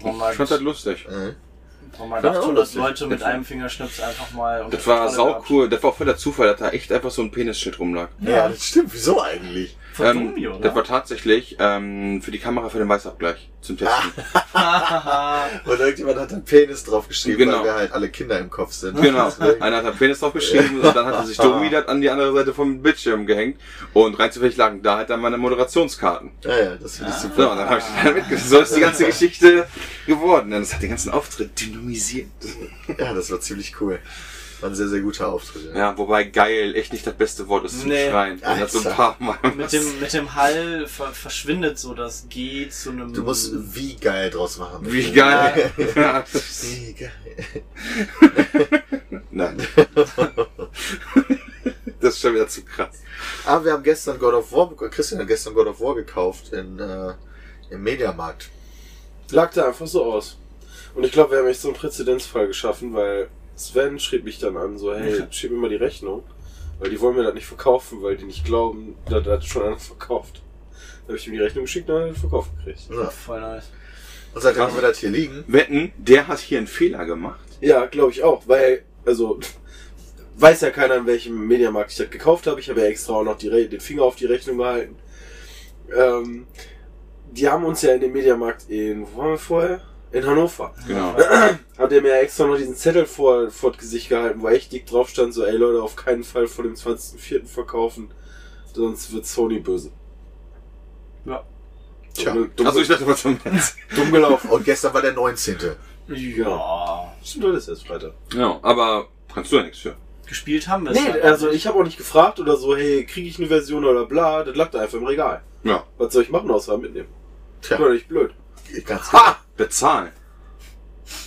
Speaker 3: Brauchen
Speaker 2: Ich fand das lustig.
Speaker 1: Äh,
Speaker 3: mal
Speaker 1: Ja, auch
Speaker 3: 800
Speaker 1: lustig.
Speaker 3: Leute mit einem Fingerschnips einfach mal. unter
Speaker 2: Das war
Speaker 3: Kontrolle gehabt.
Speaker 2: saucool. Das war auch voller Zufall, dass da echt einfach so ein Penisschild rumlag.
Speaker 1: ja. das stimmt. Wieso eigentlich?
Speaker 3: Von ne?
Speaker 2: Ähm,
Speaker 3: Dummi, oder?
Speaker 2: das war tatsächlich ähm, für die Kamera für den Weißabgleich zum Testen.
Speaker 1: Ah. Und irgendjemand hat dann Penis draufgeschrieben,
Speaker 2: Genau.
Speaker 1: weil wir halt alle Kinder im Kopf sind.
Speaker 2: Genau.
Speaker 1: Deswegen-
Speaker 2: Einer hat einen Penis draufgeschrieben und dann hat er
Speaker 1: Ah.
Speaker 2: sich Domi das an die andere Seite vom Bildschirm gehängt. Und rein zufällig lagen da halt dann meine Moderationskarten.
Speaker 1: Ja, ja, das finde ich super.
Speaker 2: So, und dann habe ich das dann mitgenommen. So ist die ganze Geschichte geworden. Und das hat den ganzen Auftritt dynamisiert.
Speaker 1: Ja, das war ziemlich cool. War ein sehr, sehr guter Auftritt. Ja.
Speaker 2: Ja, wobei geil echt nicht das beste Wort ist zum
Speaker 3: Nee.
Speaker 2: Schreien. Und das so ein paar
Speaker 1: Alter.
Speaker 2: Mal.
Speaker 3: mit, dem, mit dem Hall ver verschwindet so das G zu einem.
Speaker 1: Du musst wie geil draus machen.
Speaker 2: Wie geil. Ja.
Speaker 1: Wie geil.
Speaker 2: Nein. Das ist schon wieder zu krass.
Speaker 1: Aber Ah, wir haben gestern God of War, Christian hat gestern God of War gekauft in, äh, im Mediamarkt.
Speaker 4: Lag da einfach so aus. Und ich glaube, wir haben echt so einen Präzedenzfall geschaffen, weil Sven schrieb mich dann an, so, hey, schieb mir mal die Rechnung. Weil die wollen mir das nicht verkaufen, weil die nicht glauben, da da hat schon einer verkauft. Da habe ich ihm die Rechnung geschickt und dann hat er den verkauft gekriegt.
Speaker 1: Ja.
Speaker 3: Voll nice.
Speaker 1: Und seitdem
Speaker 2: Krass.
Speaker 1: haben wir das hier liegen.
Speaker 2: Wetten, der hat hier einen Fehler gemacht.
Speaker 4: Ja, glaube ich auch, weil, also, weiß ja keiner, in welchem Mediamarkt ich das gekauft habe. Ich habe ja extra auch noch die Re den Finger auf die Rechnung gehalten. Ähm, die haben uns ja in dem Mediamarkt in, wo waren wir vorher? In Hannover.
Speaker 2: Genau.
Speaker 4: Hat er mir ja extra noch diesen Zettel vor, vor das Gesicht gehalten, wo echt dick drauf stand, so, ey Leute, auf keinen Fall vor dem 20.04. verkaufen, sonst wird Sony böse.
Speaker 3: Ja.
Speaker 1: Tja.
Speaker 4: Dumm, dumm,
Speaker 2: Also ich dachte mal zum Netz.
Speaker 4: dumm gelaufen.
Speaker 1: Und gestern war der 19.
Speaker 3: Ja.
Speaker 4: Stimmt, heute ist erst Freitag.
Speaker 2: Ja, aber kannst du ja nichts für.
Speaker 3: Gespielt haben wir es. halt
Speaker 4: Nee,
Speaker 3: ja.
Speaker 4: also ich habe auch nicht gefragt oder so, hey, kriege ich eine Version oder bla, das lag da einfach im Regal.
Speaker 2: Ja.
Speaker 4: Was soll ich machen, außer mitnehmen?
Speaker 1: Tja,
Speaker 4: Ich war nicht blöd.
Speaker 1: ganz genau.
Speaker 2: Ha! Bezahlen.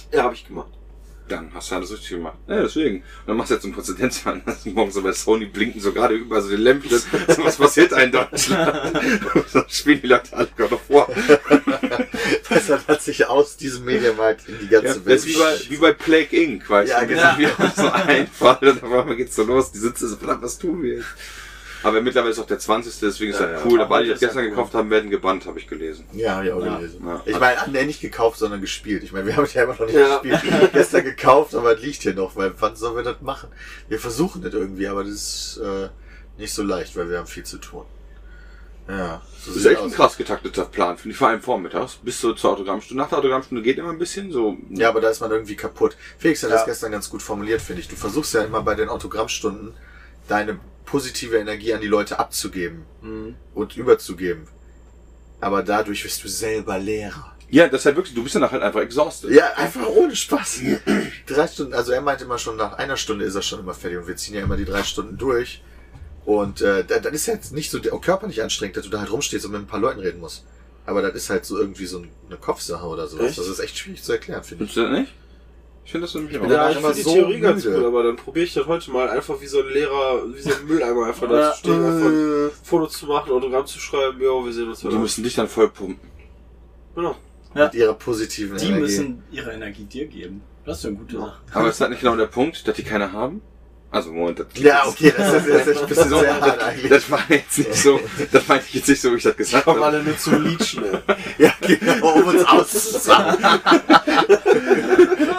Speaker 4: Ja, habe ich gemacht.
Speaker 2: Dann hast du alles richtig gemacht. Ja, deswegen. Und dann machst du jetzt einen Präzedenzfall. Dann hast du Morgen so bei Sony blinken so gerade über so den Lämpchen. So, was passiert da in Deutschland? Und dann spielen die Leute alle gerade vor.
Speaker 1: Deshalb hat sich aus diesem Mediamarkt in die ganze
Speaker 2: Ja, das
Speaker 1: Welt.
Speaker 2: ist wie bei, wie bei Plague Inc., weißt
Speaker 1: Also Ja,
Speaker 2: du?
Speaker 1: genau.
Speaker 2: Das ist wieder so ein Fall und auf einmal geht's so los. Die sitzen so, verdammt, was tun wir jetzt? Aber mittlerweile ist auch der 20. deswegen ist
Speaker 4: Ja,
Speaker 2: das
Speaker 4: ja.
Speaker 2: cool. Aber alle, die
Speaker 3: Heute
Speaker 2: das
Speaker 3: ist
Speaker 2: gestern
Speaker 3: das cool.
Speaker 2: gekauft haben, werden gebannt, habe ich gelesen.
Speaker 1: ja, hab ich auch
Speaker 3: Ja.
Speaker 1: gelesen.
Speaker 2: Ja.
Speaker 1: Ich meine, nee, nicht gekauft, sondern gespielt. Ich meine, wir haben es ja immer noch nicht
Speaker 4: Ja.
Speaker 1: gespielt. Gestern gekauft, aber es liegt hier noch, weil wann sollen wir das machen? Wir versuchen das irgendwie, aber das ist äh, nicht so leicht, weil wir haben viel zu tun. Ja, so
Speaker 2: Das ist
Speaker 1: sieht
Speaker 2: echt ein
Speaker 1: aus.
Speaker 2: krass getakteter Plan, finde ich, vor allem vormittags. Bis so zur Autogrammstunde. Nach der Autogrammstunde geht immer ein bisschen so.
Speaker 1: Ja, aber da ist man irgendwie kaputt. Felix hat
Speaker 3: Ja.
Speaker 1: das gestern ganz gut formuliert, finde ich. Du versuchst ja immer bei den Autogrammstunden deine positive Energie an die Leute abzugeben
Speaker 3: Mhm.
Speaker 1: und überzugeben. Aber dadurch wirst du selber Lehrer.
Speaker 2: Ja, das ist halt wirklich, du bist danach halt einfach exhausted.
Speaker 1: Ja, einfach ohne Spaß. drei Stunden, also er meinte immer schon, nach einer Stunde ist er schon immer fertig und wir ziehen ja immer die drei Stunden durch. Und äh, da- dann ist ja jetzt nicht so der Körper nicht anstrengend, dass du da halt rumstehst und mit ein paar Leuten reden musst. Aber das ist halt so irgendwie so eine Kopfsache oder sowas.
Speaker 4: Echt?
Speaker 1: Das ist echt schwierig zu erklären, finde ich.
Speaker 2: Findest du das nicht? Ich finde das nämlich auch.
Speaker 1: bin
Speaker 4: Ja,
Speaker 1: danach
Speaker 4: ich
Speaker 1: immer
Speaker 4: finde die
Speaker 1: so
Speaker 4: Theorie ganz
Speaker 1: müde.
Speaker 4: cool, aber dann probiere ich das heute mal einfach wie so ein Lehrer, wie so ein Mülleimer einfach da zu stehen, einfach ein Foto zu machen, Autogramm zu schreiben, ja, wir sehen uns
Speaker 2: Die
Speaker 4: heute.
Speaker 2: müssen dich dann voll pumpen.
Speaker 4: Genau.
Speaker 1: Mit ihrer positiven
Speaker 3: Die
Speaker 2: eh.
Speaker 1: Energie.
Speaker 3: müssen ihre Energie dir geben. Das ist ja eine gute Sache.
Speaker 2: halt Aber ist das nicht genau der Punkt, dass die keine haben? Also Moment, das,
Speaker 1: Ja, okay, das ist jetzt echt ein bisschen sehr hart eigentlich.
Speaker 2: das war jetzt nicht so, das meinte ich jetzt nicht so, wie ich das gesagt
Speaker 4: Kommen
Speaker 2: habe.
Speaker 4: alle nur zum Leech, ne?
Speaker 1: Ja, genau, um uns auszusagen.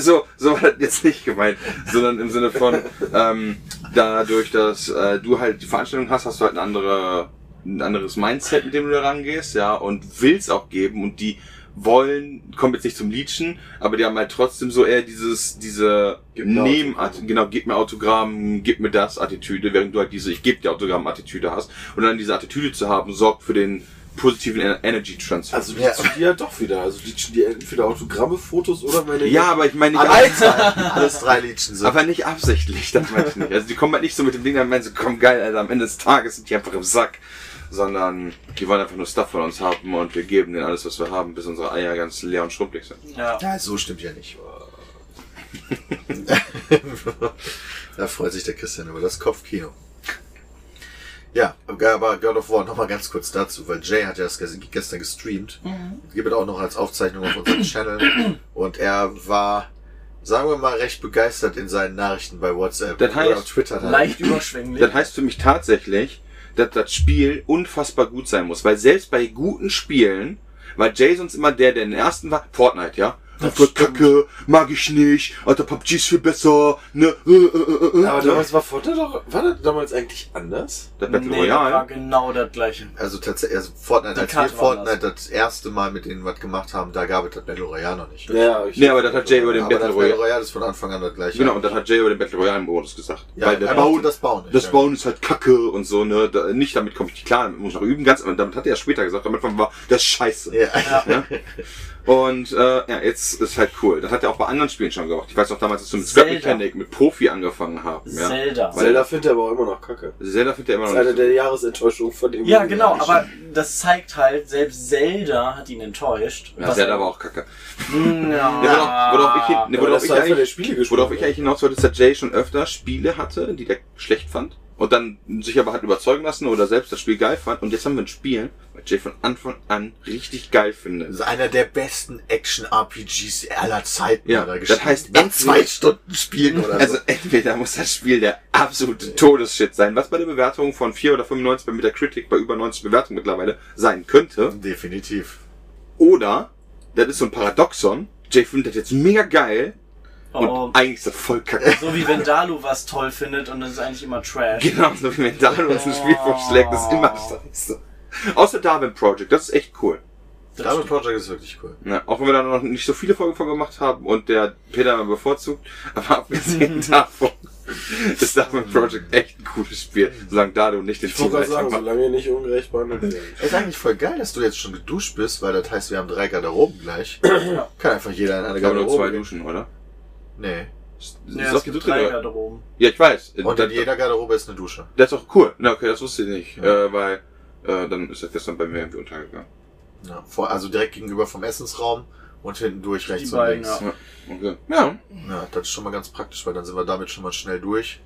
Speaker 2: So, so war das jetzt nicht gemeint, sondern im Sinne von, ähm, dadurch, dass äh, du halt die Veranstaltung hast, hast du halt eine andere, ein anderes Mindset, mit dem du da rangehst, ja, und willst auch geben und die wollen, kommen jetzt nicht zum Leechen, aber die haben halt trotzdem so eher dieses, diese
Speaker 4: Gib mir
Speaker 2: Neben,
Speaker 4: Autogramm.
Speaker 2: genau, gib mir Autogramm, gib mir das Attitüde, während du halt diese Ich geb dir Autogramm-Attitüde hast. Und dann diese Attitüde zu haben, sorgt für den positiven Ener- Energy Transfer.
Speaker 4: Also die
Speaker 1: Ja.
Speaker 4: zu dir ja doch wieder. Also die, die entweder Autogramme, Fotos oder meine.
Speaker 2: ja, aber ich meine nicht,
Speaker 1: Alter! Alles drei Liedchen sind.
Speaker 2: aber nicht absichtlich, das meinte ich nicht. Also die kommen halt nicht so mit dem Ding, dann meinen sie, komm geil, Alter, am Ende des Tages sind die einfach im Sack. Sondern die wollen einfach nur Stuff von uns haben und wir geben denen alles, was wir haben, bis unsere Eier ganz leer und schrumpelig sind.
Speaker 3: Ja.
Speaker 1: Ja, so stimmt ja nicht. da freut sich der Christian über das Kopfkino. Ja, aber God of War nochmal ganz kurz dazu, weil Jay hat ja das ges- gestern gestreamt.
Speaker 2: Mhm.
Speaker 1: Gibt es auch noch als Aufzeichnung auf unserem Channel. Und er war, sagen wir mal, recht begeistert in seinen Nachrichten bei WhatsApp
Speaker 2: Das heißt,
Speaker 1: oder auf Twitter. dann.
Speaker 3: Leicht überschwänglich.
Speaker 2: Das heißt für mich tatsächlich, dass das Spiel unfassbar gut sein muss, weil selbst bei guten Spielen war Jasons immer der, der in den ersten war. Fortnite, ja? Das war Kacke, mag ich nicht, alter PUBG ist viel besser, ne? Äh, äh, äh, äh.
Speaker 4: Aber damals war Fortnite doch. War das damals eigentlich anders?
Speaker 2: Das Battle
Speaker 3: nee, das war
Speaker 2: Royale.
Speaker 3: genau das gleiche.
Speaker 1: Also tatsächlich, also Fortnite,
Speaker 3: Die
Speaker 1: als wir
Speaker 3: Karte war
Speaker 1: Fortnite das erste Mal mit denen was gemacht haben, da gab es das Battle Royale noch nicht.
Speaker 4: Ja, ich
Speaker 2: Nee, aber das hat Jay über den
Speaker 1: Aber das
Speaker 2: Battle Royale.
Speaker 1: Battle Royale ist von Anfang an das gleiche.
Speaker 2: Genau, und das hat Jay über den Battle Royale Modus gesagt.
Speaker 1: Ja,
Speaker 2: weil der
Speaker 1: er mochte
Speaker 2: Bauen,
Speaker 1: das Bauen nicht,
Speaker 2: Das
Speaker 1: ja.
Speaker 2: Bauen ist halt Kacke und so, ne? Da, nicht damit komme ich nicht klar, damit muss ich noch üben, ganz, aber damit hat er später gesagt, damit war das ist scheiße.
Speaker 1: Ja.
Speaker 2: Ja. Und äh, ja, jetzt ist halt cool. Das hat er auch bei anderen Spielen schon gemacht. Ich weiß noch damals, dass wir mit
Speaker 3: Zelda.
Speaker 2: Scrap Mechanic, mit Profi angefangen haben. Ja.
Speaker 3: Zelda.
Speaker 2: Weil
Speaker 4: Zelda findet er aber auch immer noch kacke.
Speaker 2: Zelda findet er immer
Speaker 4: Das ist
Speaker 2: noch
Speaker 4: eine
Speaker 2: nicht so.
Speaker 4: der Jahresenttäuschungen von dem.
Speaker 3: Ja, genau, aber das zeigt halt, selbst Zelda hat ihn enttäuscht. Mm,
Speaker 2: Ja, Zelda war auch kacke.
Speaker 3: Ja.
Speaker 2: Ne, worauf, worauf ich, hin- ne,
Speaker 4: Ah. Aber
Speaker 2: worauf
Speaker 4: das
Speaker 2: ich
Speaker 4: war einfach der
Speaker 2: eigentlich,
Speaker 4: Spiele gespielt.
Speaker 2: worauf ich
Speaker 4: hat.
Speaker 2: eigentlich hinaus wollte, ist, dass Jay schon öfter Spiele hatte, die der schlecht fand. Und dann sich aber hat überzeugen lassen oder selbst das Spiel geil fand. Und jetzt haben wir ein Spiel, was Jay von Anfang an richtig geil
Speaker 1: Das
Speaker 2: findet.
Speaker 1: ist einer der besten Action-RPGs aller Zeiten.
Speaker 2: Ja,
Speaker 1: hat er
Speaker 2: das
Speaker 1: geschrieben.
Speaker 2: heißt,
Speaker 1: nach
Speaker 2: entweder-
Speaker 1: zwei Stunden spielen oder
Speaker 2: Also
Speaker 1: so.
Speaker 2: entweder muss das Spiel der absolute Todesshit sein, was bei der Bewertung von 4 oder 95 bei Metacritic bei über 90 Bewertungen mittlerweile sein könnte.
Speaker 1: Definitiv.
Speaker 2: Oder, das ist so ein Paradoxon, Jay findet das jetzt mega geil und
Speaker 3: Oh,
Speaker 2: eigentlich ist das voll kacke.
Speaker 3: so wie wenn Dalu was toll findet und das ist eigentlich immer Trash.
Speaker 2: Genauso wie wenn Daniel uns ein Spiel vorschlägt, das ist immer scheiße. Außer Darwin Project, das ist echt cool.
Speaker 3: Das
Speaker 1: Double
Speaker 3: stimmt.
Speaker 1: Project ist wirklich cool.
Speaker 2: Ja, auch wenn wir da noch nicht so viele Folgen von gemacht haben und der Peter mal bevorzugt, aber abgesehen davon ist Darwin Project echt ein cooles Spiel, solange Dado nicht den
Speaker 4: Ich wollte gerade
Speaker 2: Teamleiter
Speaker 4: sagen,
Speaker 2: macht.
Speaker 4: solange ihr nicht ungerecht behandelt
Speaker 2: Mhm.
Speaker 4: werdet.
Speaker 1: Ist eigentlich voll geil, dass du jetzt schon geduscht bist, weil das heißt, wir haben drei Garderoben gleich. Kann einfach jeder in eine
Speaker 2: Ich glaube nur
Speaker 1: Garderobe.
Speaker 2: zwei
Speaker 1: gehen.
Speaker 2: Duschen, oder?
Speaker 1: Nee.
Speaker 3: Ja,
Speaker 2: Ist doch
Speaker 3: es gibt
Speaker 2: die dritte,
Speaker 3: drei halt.
Speaker 2: oder?
Speaker 3: Garderoben.
Speaker 2: Ja, ich weiß.
Speaker 1: Und
Speaker 2: das,
Speaker 1: in jeder Garderobe ist eine Dusche.
Speaker 2: das ist doch cool. Na, okay, das wusste ich nicht, äh, weil äh, dann ist das gestern bei mir irgendwie untergegangen.
Speaker 1: Ja. Vor, also direkt gegenüber vom Essensraum und hinten durch rechts und
Speaker 3: beiden,
Speaker 1: links.
Speaker 3: ja.
Speaker 2: Okay. Ja,
Speaker 1: Ja, das ist schon mal ganz praktisch, weil dann sind wir damit schon mal schnell durch.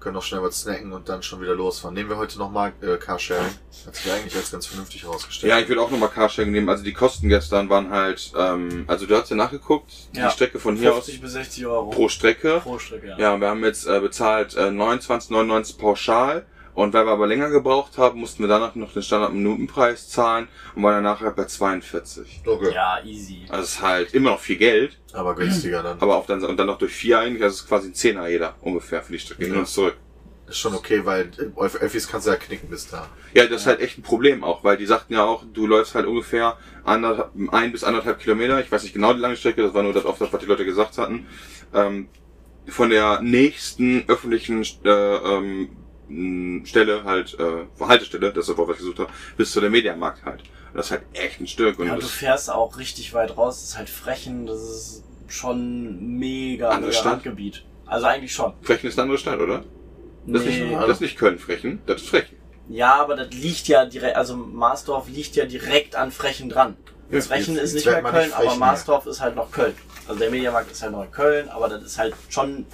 Speaker 1: Können noch schnell was snacken und dann schon wieder losfahren. Nehmen wir heute nochmal äh, Carsharing. Hat sich eigentlich als ganz vernünftig herausgestellt.
Speaker 2: Ja, ich würde auch nochmal Carsharing nehmen. Also die Kosten gestern waren halt, ähm, also du hast ja nachgeguckt,
Speaker 3: Ja.
Speaker 2: die Strecke von hier aus
Speaker 3: 50 bis 60 Euro.
Speaker 2: pro Strecke.
Speaker 3: Pro Strecke, ja.
Speaker 2: Ja, und wir haben jetzt äh, bezahlt äh, 29,99 pauschal. Und weil wir aber länger gebraucht haben, mussten wir danach noch den Standard-Minutenpreis zahlen und waren danach halt bei 42.
Speaker 1: Okay.
Speaker 3: Ja, easy.
Speaker 2: Also es ist halt immer noch viel Geld,
Speaker 1: Aber günstiger dann.
Speaker 2: aber auf dann, und dann noch durch vier eigentlich, also es ist quasi ein Zehner jeder ungefähr für die Strecke hin und zurück.
Speaker 1: Ist schon okay, weil äh, auf Öffis kannst du ja knicken bis da.
Speaker 2: Ja, das ist halt echt ein Problem auch, weil die sagten ja auch, du läufst halt ungefähr anderthalb, ein bis anderthalb Kilometer. Ich weiß nicht genau die lange Strecke, das war nur das oft, was die Leute gesagt hatten. Ähm, von der nächsten öffentlichen äh, ähm, mh, Stelle halt, äh, Haltestelle, das ist das Wort, was ich gesucht habe, bis zu der Mediamarkt halt. Und Das ist halt echt ein Stück und
Speaker 3: Ja, du
Speaker 2: das
Speaker 3: fährst auch richtig weit raus, das ist halt Frechen, das ist schon mega
Speaker 2: Andere
Speaker 3: mega
Speaker 2: Stadt?
Speaker 3: Randgebiet. Also eigentlich schon.
Speaker 2: Frechen ist eine andere Stadt, oder? Das, ist nicht,
Speaker 3: Nee.
Speaker 2: das ist nicht Köln, Frechen, das ist Frechen.
Speaker 3: Ja, aber das liegt ja direkt, also Marsdorf liegt ja direkt an Frechen dran.
Speaker 2: Ja,
Speaker 3: Frechen
Speaker 1: jetzt-
Speaker 3: ist
Speaker 1: jetzt
Speaker 3: nicht mehr
Speaker 1: werd man
Speaker 3: Köln,
Speaker 1: nicht
Speaker 3: aber
Speaker 1: Frechen
Speaker 3: Marsdorf ist halt noch Köln. Also der Mediamarkt ist halt noch in Köln, aber das ist halt schon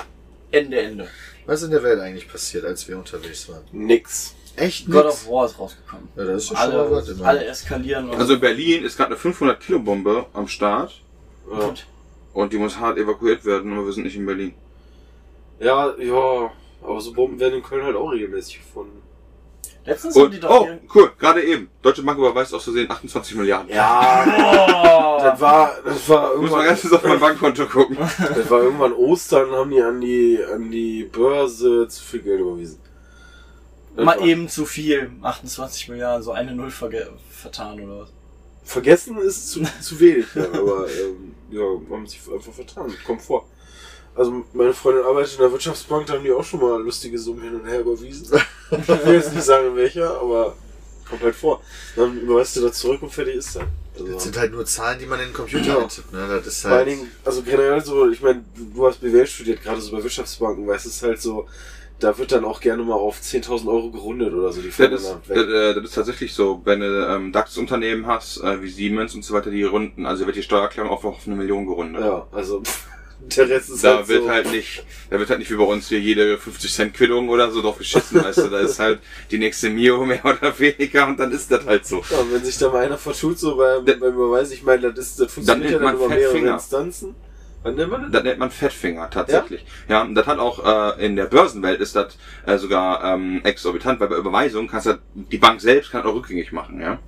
Speaker 3: Ende, Ende.
Speaker 1: Was ist in der Welt eigentlich passiert, als wir unterwegs waren?
Speaker 4: Nix.
Speaker 1: Echt
Speaker 3: God of War ist rausgekommen.
Speaker 1: Ja, das ist ja schon mal was,
Speaker 3: alle,
Speaker 1: immerhin.
Speaker 3: alle eskalieren und
Speaker 2: Also in Berlin ist gerade eine 500 Kilo Bombe am Start äh,
Speaker 4: Ja.
Speaker 2: und die muss hart evakuiert werden, aber wir sind nicht in Berlin.
Speaker 4: Ja, ja, aber so Bomben werden in Köln halt auch regelmäßig gefunden.
Speaker 3: Letztens haben die
Speaker 2: Und,
Speaker 3: doch.
Speaker 2: oh, cool, gerade eben. Deutsche Bank überweist aus Versehen 28 Milliarden.
Speaker 4: Ja,
Speaker 3: Oh,
Speaker 4: das war, das war
Speaker 2: Muss man
Speaker 4: irgendwann,
Speaker 2: ganz kurz auf mein Bankkonto gucken.
Speaker 4: das war irgendwann Ostern, haben die an die, an die Börse zu viel Geld überwiesen. Das
Speaker 3: mal
Speaker 4: war-
Speaker 3: eben zu viel. 28 Milliarden, so eine Null verge- vertan oder was?
Speaker 4: Vergessen ist zu, zu wenig, ja, aber ähm, ja, haben sich einfach vertan. Kommt vor. Also meine Freundin arbeitet in der Wirtschaftsbank, da haben die auch schon mal lustige Summen hin und her überwiesen. Ich will jetzt nicht sagen welcher, aber kommt halt vor. Dann überweist du das zurück und fertig ist dann.
Speaker 1: Das
Speaker 4: Also,
Speaker 1: sind halt nur Zahlen, die man in den Computer
Speaker 4: Ja.
Speaker 1: eintippt. Ne? Das ist
Speaker 4: vor allen
Speaker 1: halt.
Speaker 4: Dingen, also generell so, ich meine, du, du hast BWL studiert, gerade so bei Wirtschaftsbanken, weißt es ist halt so, da wird dann auch gerne mal auf 10.000 Euro gerundet oder so, die
Speaker 2: Das
Speaker 4: fallen
Speaker 2: ist,
Speaker 4: dann
Speaker 2: das,
Speaker 4: weg.
Speaker 2: äh, das ist tatsächlich so, wenn du ähm, DAX-Unternehmen hast, äh, wie Siemens und so weiter, die runden, also wird die Steuererklärung auch auf eine Million gerundet.
Speaker 4: Ja, also der Rest ist
Speaker 2: Da
Speaker 4: halt
Speaker 2: wird
Speaker 4: so.
Speaker 2: halt nicht, da wird halt nicht wie bei uns hier jede 50 Cent Quittung oder so drauf geschissen, weißt du, da ist halt die nächste Mio mehr oder weniger und dann ist das halt so.
Speaker 4: Ja, und wenn sich da mal einer vertut, so beim,
Speaker 2: Da-
Speaker 4: beim Überweis, ich meine, das, ist, das funktioniert ja
Speaker 2: nennt
Speaker 4: dann
Speaker 2: man
Speaker 4: über mehrere
Speaker 2: Fettfinger.
Speaker 4: Instanzen. Wann nennt man das?
Speaker 2: Das nennt man Fettfinger tatsächlich. Ja, und das hat auch äh, in der Börsenwelt ist das äh, sogar ähm, exorbitant, weil bei Überweisungen kannst du die Bank selbst kann das auch rückgängig machen, ja.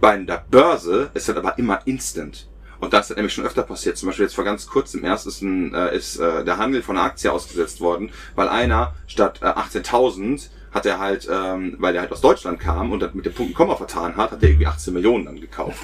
Speaker 2: Bei der Börse ist das aber immer instant. Und da ist das nämlich schon öfter passiert. Zum Beispiel jetzt vor ganz kurzem erst ist, ein, äh, ist äh, der Handel von einer Aktie ausgesetzt worden, weil einer statt äh, 18.000 hat er halt, ähm, weil er halt aus Deutschland kam und das mit dem Punkt und Komma vertan hat, hat er irgendwie 18 Millionen dann gekauft.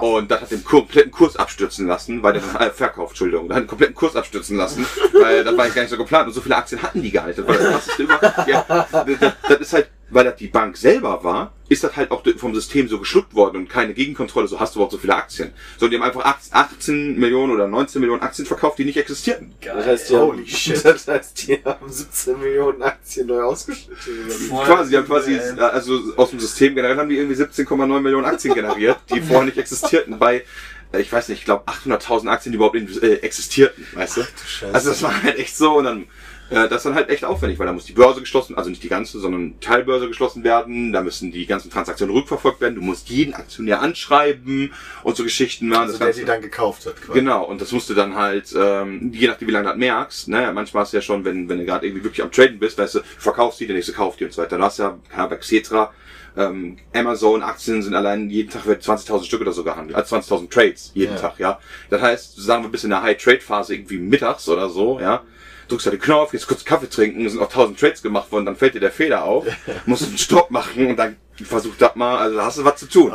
Speaker 2: Und das hat den kompletten Kurs abstürzen lassen, weil der äh, Verkauf, Entschuldigung, der hat den kompletten Kurs abstürzen lassen, weil das war eigentlich gar nicht so geplant und so viele Aktien hatten die gar nicht. Das war das krasseste über. Ja, das, das- das ist halt, weil das die Bank selber war, ist das halt auch vom System so geschluckt worden und keine Gegenkontrolle, so hast du überhaupt so viele Aktien. So, die haben einfach 8 18 Millionen oder 19 Millionen Aktien verkauft, die nicht existierten.
Speaker 4: Das heißt, die haben,
Speaker 1: Holy shit.
Speaker 4: Das heißt, die haben 17 Millionen Aktien neu ausgeschüttet. oder wie?
Speaker 3: Voll
Speaker 2: Quasi, die haben quasi,
Speaker 3: übel,
Speaker 2: äh, also aus dem System generell haben die irgendwie 17,9 Millionen Aktien generiert, die vorher nicht existierten, bei, äh, ich weiß nicht, ich glaube 800.000 Aktien, die überhaupt nicht äh, existierten, weißt du?
Speaker 1: Scheiße.
Speaker 2: Also das war halt echt so und dann äh, das ist dann halt echt aufwendig, weil da muss die Börse geschlossen, also nicht die ganze, sondern Teilbörse geschlossen werden, da müssen die ganzen Transaktionen rückverfolgt werden, du musst jeden Aktionär anschreiben und so Geschichten waren.
Speaker 1: also
Speaker 2: das
Speaker 1: der
Speaker 2: Ganze-
Speaker 1: die dann gekauft hat. quasi.
Speaker 2: Genau, und das musst du dann halt, ähm, je nachdem wie lange du das merkst, ne, manchmal hast du ja schon, wenn, wenn du gerade irgendwie wirklich am Traden bist, weißt du, verkaufst die, der nächste kauft die und so weiter. Du hast ja, keine Ahnung, bei Xetra, ähm, Amazon, Aktien sind allein jeden Tag wird 20.000 Stück oder so gehandelt, also 20.000 Trades jeden
Speaker 1: Ja.
Speaker 2: Tag, ja. Das heißt, sagen wir, bist in der High-Trade-Phase irgendwie mittags oder so, ja. Drückst da den Knopf, gehst kurz Kaffee trinken, sind auch 1000 Trades gemacht worden, dann fällt dir der Fehler auf, musst einen Stopp machen und dann versuch das mal, also da hast du was zu tun.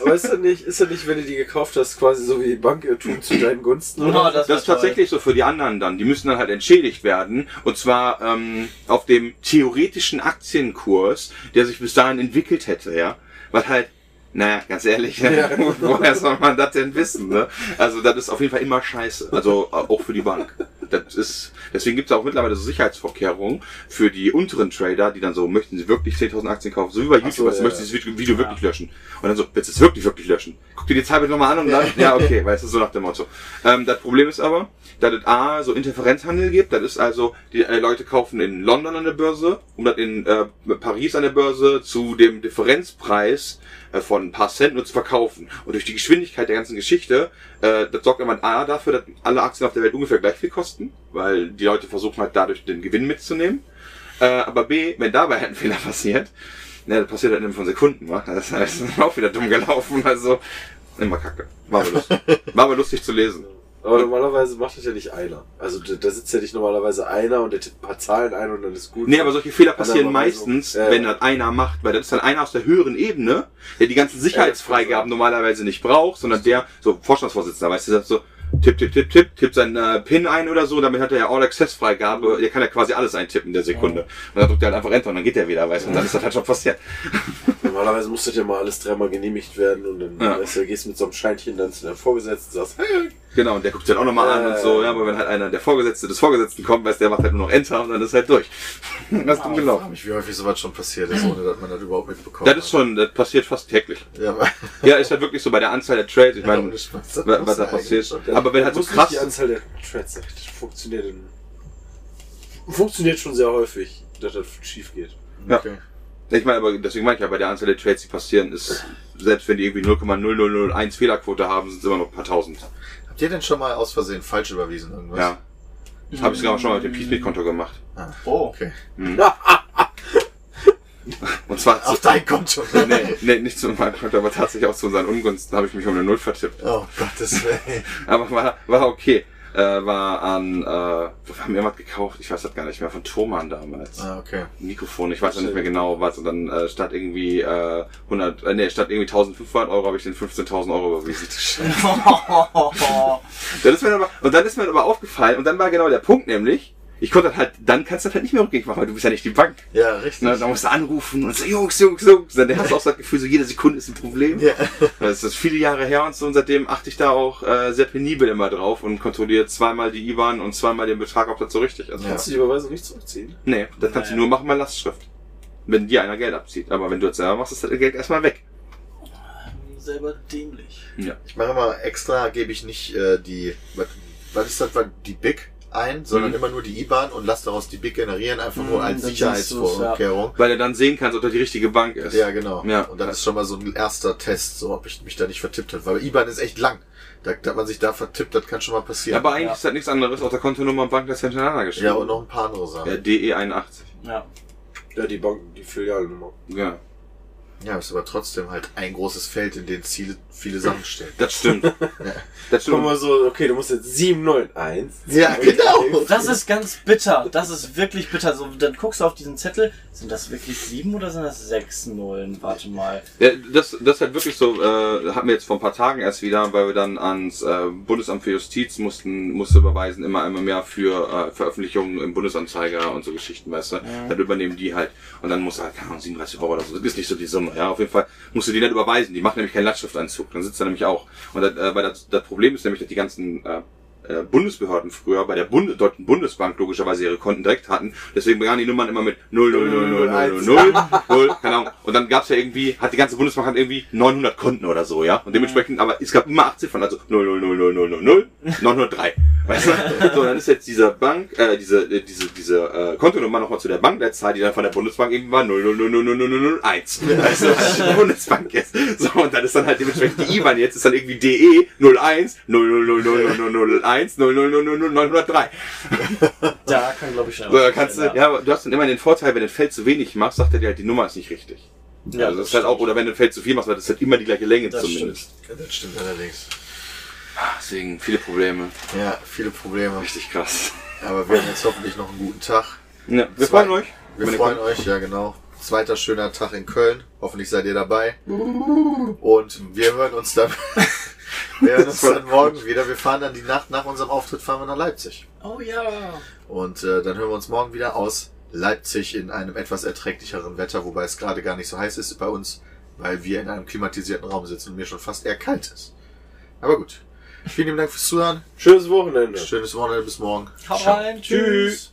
Speaker 4: Aber ist das nicht, ist das nicht, wenn du die gekauft hast, quasi so wie die Bank ihr tun zu deinen Gunsten?
Speaker 3: Oh,
Speaker 4: Oder?
Speaker 3: das,
Speaker 2: Das ist tatsächlich so für die anderen dann. Die müssen dann halt entschädigt werden. Und zwar ähm, auf dem theoretischen Aktienkurs, der sich bis dahin entwickelt hätte, ja. Weil halt, naja, ganz ehrlich, woher soll man das denn wissen, ne? Also das ist auf jeden Fall immer scheiße. Also äh, auch für die Bank. Das ist, deswegen gibt es auch mittlerweile so Sicherheitsvorkehrungen für die unteren Trader, die dann so, möchten sie wirklich 10.000 Aktien kaufen, so wie bei YouTube,
Speaker 4: so,
Speaker 2: also
Speaker 4: ja,
Speaker 2: möchten sie das Video wirklich löschen. Und dann so, willst du es wirklich, wirklich löschen? Guck dir die Zahl bitte nochmal an und dann, ja, okay, weißt du, so nach dem Motto. Ähm, das Problem ist aber, dass es A, so Interferenzhandel gibt, das ist also, die äh, Leute kaufen in London an der Börse, um das in äh, Paris an der Börse zu dem Differenzpreis äh, von ein paar Cent nur zu verkaufen. Und durch die Geschwindigkeit der ganzen Geschichte, äh, das sorgt immer A dafür, dass alle Aktien auf der Welt ungefähr gleich viel kosten, weil die Leute versuchen halt dadurch den Gewinn mitzunehmen. Äh, aber B, wenn dabei ein Fehler passiert, ne, das passiert halt innerhalb von Sekunden, wa? das heißt, das ist auch wieder dumm gelaufen, also immer kacke. War aber lustig, War aber lustig zu lesen.
Speaker 4: Aber normalerweise macht das ja nicht einer. Also da, da sitzt ja nicht normalerweise einer und der tippt ein paar Zahlen ein und dann ist gut.
Speaker 2: Nee, aber solche Fehler passieren
Speaker 4: Andere Überweisung.
Speaker 2: meistens,
Speaker 4: Ja, ja.
Speaker 2: wenn das einer macht, weil das ist dann einer aus der höheren Ebene, der die ganzen Sicherheitsfreigaben normalerweise nicht braucht, sondern der, so Vorstandsvorsitzender, weißt du, sagt so, tipp, tipp, tipp, tipp, tippt seinen äh, PIN ein oder so, damit hat er ja All-Access-Freigabe, der kann ja quasi alles eintippen in der Sekunde. Und dann drückt er halt einfach Enter und dann geht er wieder, weißt du, und dann ist das halt schon passiert.
Speaker 4: Normalerweise muss das ja mal alles dreimal genehmigt werden und dann
Speaker 2: Ja.
Speaker 4: weißt du, gehst mit so einem Scheinchen dann zu deinem Vorgesetzten und sagst, hey,
Speaker 2: Genau, und der guckt sich halt auch nochmal an und so, ja, aber wenn halt einer der Vorgesetzte des Vorgesetzten kommt, weißt du, der macht halt nur noch Enter und dann ist halt durch. das ist dumm
Speaker 1: Ich frag
Speaker 2: gelaufen.
Speaker 1: mich, wie häufig sowas schon passiert ist, ohne dass man das überhaupt mitbekommt.
Speaker 2: Das ist schon, das passiert fast täglich.
Speaker 1: Ja, aber.
Speaker 2: Ja, ist halt wirklich so bei der Anzahl der Trades, ich meine,
Speaker 1: ohne Spaß, das
Speaker 2: wa-
Speaker 1: muss
Speaker 2: was da
Speaker 1: ja eigentlich
Speaker 2: passiert.
Speaker 1: schon-
Speaker 2: Aber wenn halt so
Speaker 4: Muss nicht
Speaker 2: krass,
Speaker 4: Die Anzahl der Threads sein. das funktioniert, in, funktioniert schon sehr häufig, dass das schief geht.
Speaker 2: Ja.
Speaker 1: Okay.
Speaker 2: ich meine, aber deswegen meine ich ja, bei der Anzahl der Trades, die passieren, ist, selbst wenn die irgendwie 0,0001 Fehlerquote haben, sind es immer noch ein paar tausend.
Speaker 1: Habt ihr denn schon mal aus Versehen falsch überwiesen irgendwas? Ah.
Speaker 2: Ja. Das habe ich sogar schon mal mit dem Peacemeet-Konto gemacht.
Speaker 3: Oh.
Speaker 1: Okay.
Speaker 2: Und zwar
Speaker 1: Auf dein Konto.
Speaker 2: nee, nee, nicht zu meinem Konto, aber tatsächlich auch zu unseren Ungunsten habe ich mich um eine Null vertippt.
Speaker 1: Oh Gottes Willen.
Speaker 2: Aber war, war okay. Äh, war an, äh, wir haben irgendwas gekauft, ich weiß das gar nicht mehr, von Thomann damals.
Speaker 1: Ah, okay.
Speaker 2: Mikrofon, ich weiß ja nicht mehr genau was. Und dann äh, statt irgendwie äh, 100, äh, nee, statt irgendwie 1500 Euro habe ich den 15.000 Euro überwiesen.
Speaker 3: Oh!
Speaker 2: Dann ist mir dann aber, und dann ist mir dann aber aufgefallen, und dann war genau der Punkt nämlich, ich konnte das halt, dann kannst du das halt nicht mehr rückgängig machen, weil du bist ja nicht die Bank.
Speaker 1: Ja, richtig.
Speaker 2: Ne? Dann musst du anrufen und so, Jungs, Jungs, Jungs. Dann hast du auch so das Gefühl, so jede Sekunde ist ein Problem.
Speaker 1: Ja.
Speaker 2: Das ist viele Jahre her und so, und seitdem achte ich da auch äh, sehr penibel immer drauf und kontrolliere zweimal die IBAN und zweimal den Betrag, ob das so richtig ist.
Speaker 1: Ja.
Speaker 4: Kannst du die Überweisung nicht zurückziehen?
Speaker 2: Nee, das kannst du
Speaker 3: Naja.
Speaker 2: nur machen bei Lastschrift. Wenn dir einer Geld abzieht. Aber wenn du das selber machst, ist das Geld erstmal weg.
Speaker 3: Selber dämlich.
Speaker 1: Ich mache immer extra, gebe ich nicht äh, die, was, was ist das, was- die BIC ein, sondern
Speaker 2: Mhm.
Speaker 1: immer nur die IBAN und lass daraus die BIC generieren, einfach nur
Speaker 3: Mhm,
Speaker 1: als
Speaker 3: dann siehst du's,
Speaker 1: Sicherheitsvorkehrung.
Speaker 2: Weil du dann sehen kannst, ob das die richtige Bank ist.
Speaker 1: Ja, genau.
Speaker 2: Ja.
Speaker 1: Und dann ist schon mal so ein erster Test, so ob ich mich da nicht vertippt habe. Weil IBAN ist echt lang. Da, dass man sich da vertippt, das kann schon mal passieren.
Speaker 2: Aber eigentlich
Speaker 3: Ja.
Speaker 2: ist das nichts anderes, auch der Kontonummer und Bank, das ist hintereinander geschrieben. Äh, E
Speaker 1: ja, und noch ein paar andere Sachen.
Speaker 2: Ja, DE81.
Speaker 3: Ja.
Speaker 4: Ja, die Bank, die Filialnummer.
Speaker 2: Ja.
Speaker 1: Ja, ist aber trotzdem halt ein großes Feld, in dem viele, viele Sachen stehen.
Speaker 2: Das stimmt. das
Speaker 4: Guck
Speaker 2: stimmt.
Speaker 4: mal so, okay, du musst jetzt 791.
Speaker 1: Ja, genau.
Speaker 3: Das ist ganz bitter. Das ist wirklich bitter. So, dann guckst du auf diesen Zettel. Sind das wirklich sieben oder sind das sechs Nullen? Warte mal.
Speaker 2: Ja, das, das ist halt wirklich so, äh, hatten wir jetzt vor ein paar Tagen erst wieder, weil wir dann ans äh, Bundesamt für Justiz mussten, musste überweisen, immer einmal mehr für äh, Veröffentlichungen im Bundesanzeiger und so Geschichten, weißt du. Dann übernehmen die halt. Und dann musst du halt, keine Ahnung, 37 Euro oder so. Das ist nicht so die Summe, ja. Auf jeden Fall musst du die nicht überweisen. Die machen nämlich keinen Lastschriftanzug. Dann sitzt er nämlich auch. Und das, äh, weil das, das Problem ist nämlich, dass die ganzen äh, äh, Bundesbehörden früher bei der Bunde, Deutschen Bundesbank logischerweise ihre Konten direkt hatten. Deswegen begannen die Nummern immer mit 000000, null, keine Ahnung. Und dann gab's ja irgendwie, hat die ganze Bundesbank hat irgendwie 900 Konten oder so, ja. Und dementsprechend, aber es gab immer acht Ziffern, also 000000, 903. Weißt du? So, dann ist jetzt diese Bank, äh, diese, äh, diese, diese äh, Kontonummer nochmal zu der Bank der Zeit, die dann von der Bundesbank eben war 000001. Weißt du, was die Bundesbank ist. So, und dann ist dann halt dementsprechend die IBAN jetzt ist dann irgendwie E DE 01 000001 00000903.
Speaker 3: Da kann, glaube ich, schon.
Speaker 2: So, da kannst du, ja, aber du hast dann immer den Vorteil, wenn du ein Feld zu wenig machst, sagt er dir halt, die Nummer ist nicht richtig. Ja, also das, ist halt auch, oder wenn du ein Feld zu viel machst, weil das ist halt immer die gleiche Länge
Speaker 3: Das
Speaker 2: zumindest.
Speaker 1: Ja, das stimmt allerdings.
Speaker 2: Deswegen viele Probleme.
Speaker 1: Ja, viele Probleme.
Speaker 2: Richtig krass.
Speaker 1: Aber wir haben jetzt hoffentlich noch einen guten Tag.
Speaker 2: Ja, wir
Speaker 1: Zwei-
Speaker 2: freuen euch.
Speaker 1: Wir
Speaker 2: Wenn ihr
Speaker 1: freuen
Speaker 2: kommt.
Speaker 1: euch, ja genau. Zweiter schöner Tag in Köln. Hoffentlich seid ihr dabei. Und wir hören uns dann, wir hören uns dann morgen wieder. Wir fahren dann die Nacht nach unserem Auftritt fahren wir nach Leipzig.
Speaker 3: Oh ja.
Speaker 1: Und äh, dann hören wir uns morgen wieder aus Leipzig in einem etwas erträglicheren Wetter, wobei es gerade gar nicht so heiß ist bei uns, weil wir in einem klimatisierten Raum sitzen und mir schon fast eher kalt ist. Aber gut. Vielen lieben Dank fürs Zuhören.
Speaker 4: Schönes Wochenende.
Speaker 1: Schönes Wochenende. Bis morgen.
Speaker 3: Hau rein. Tschüss.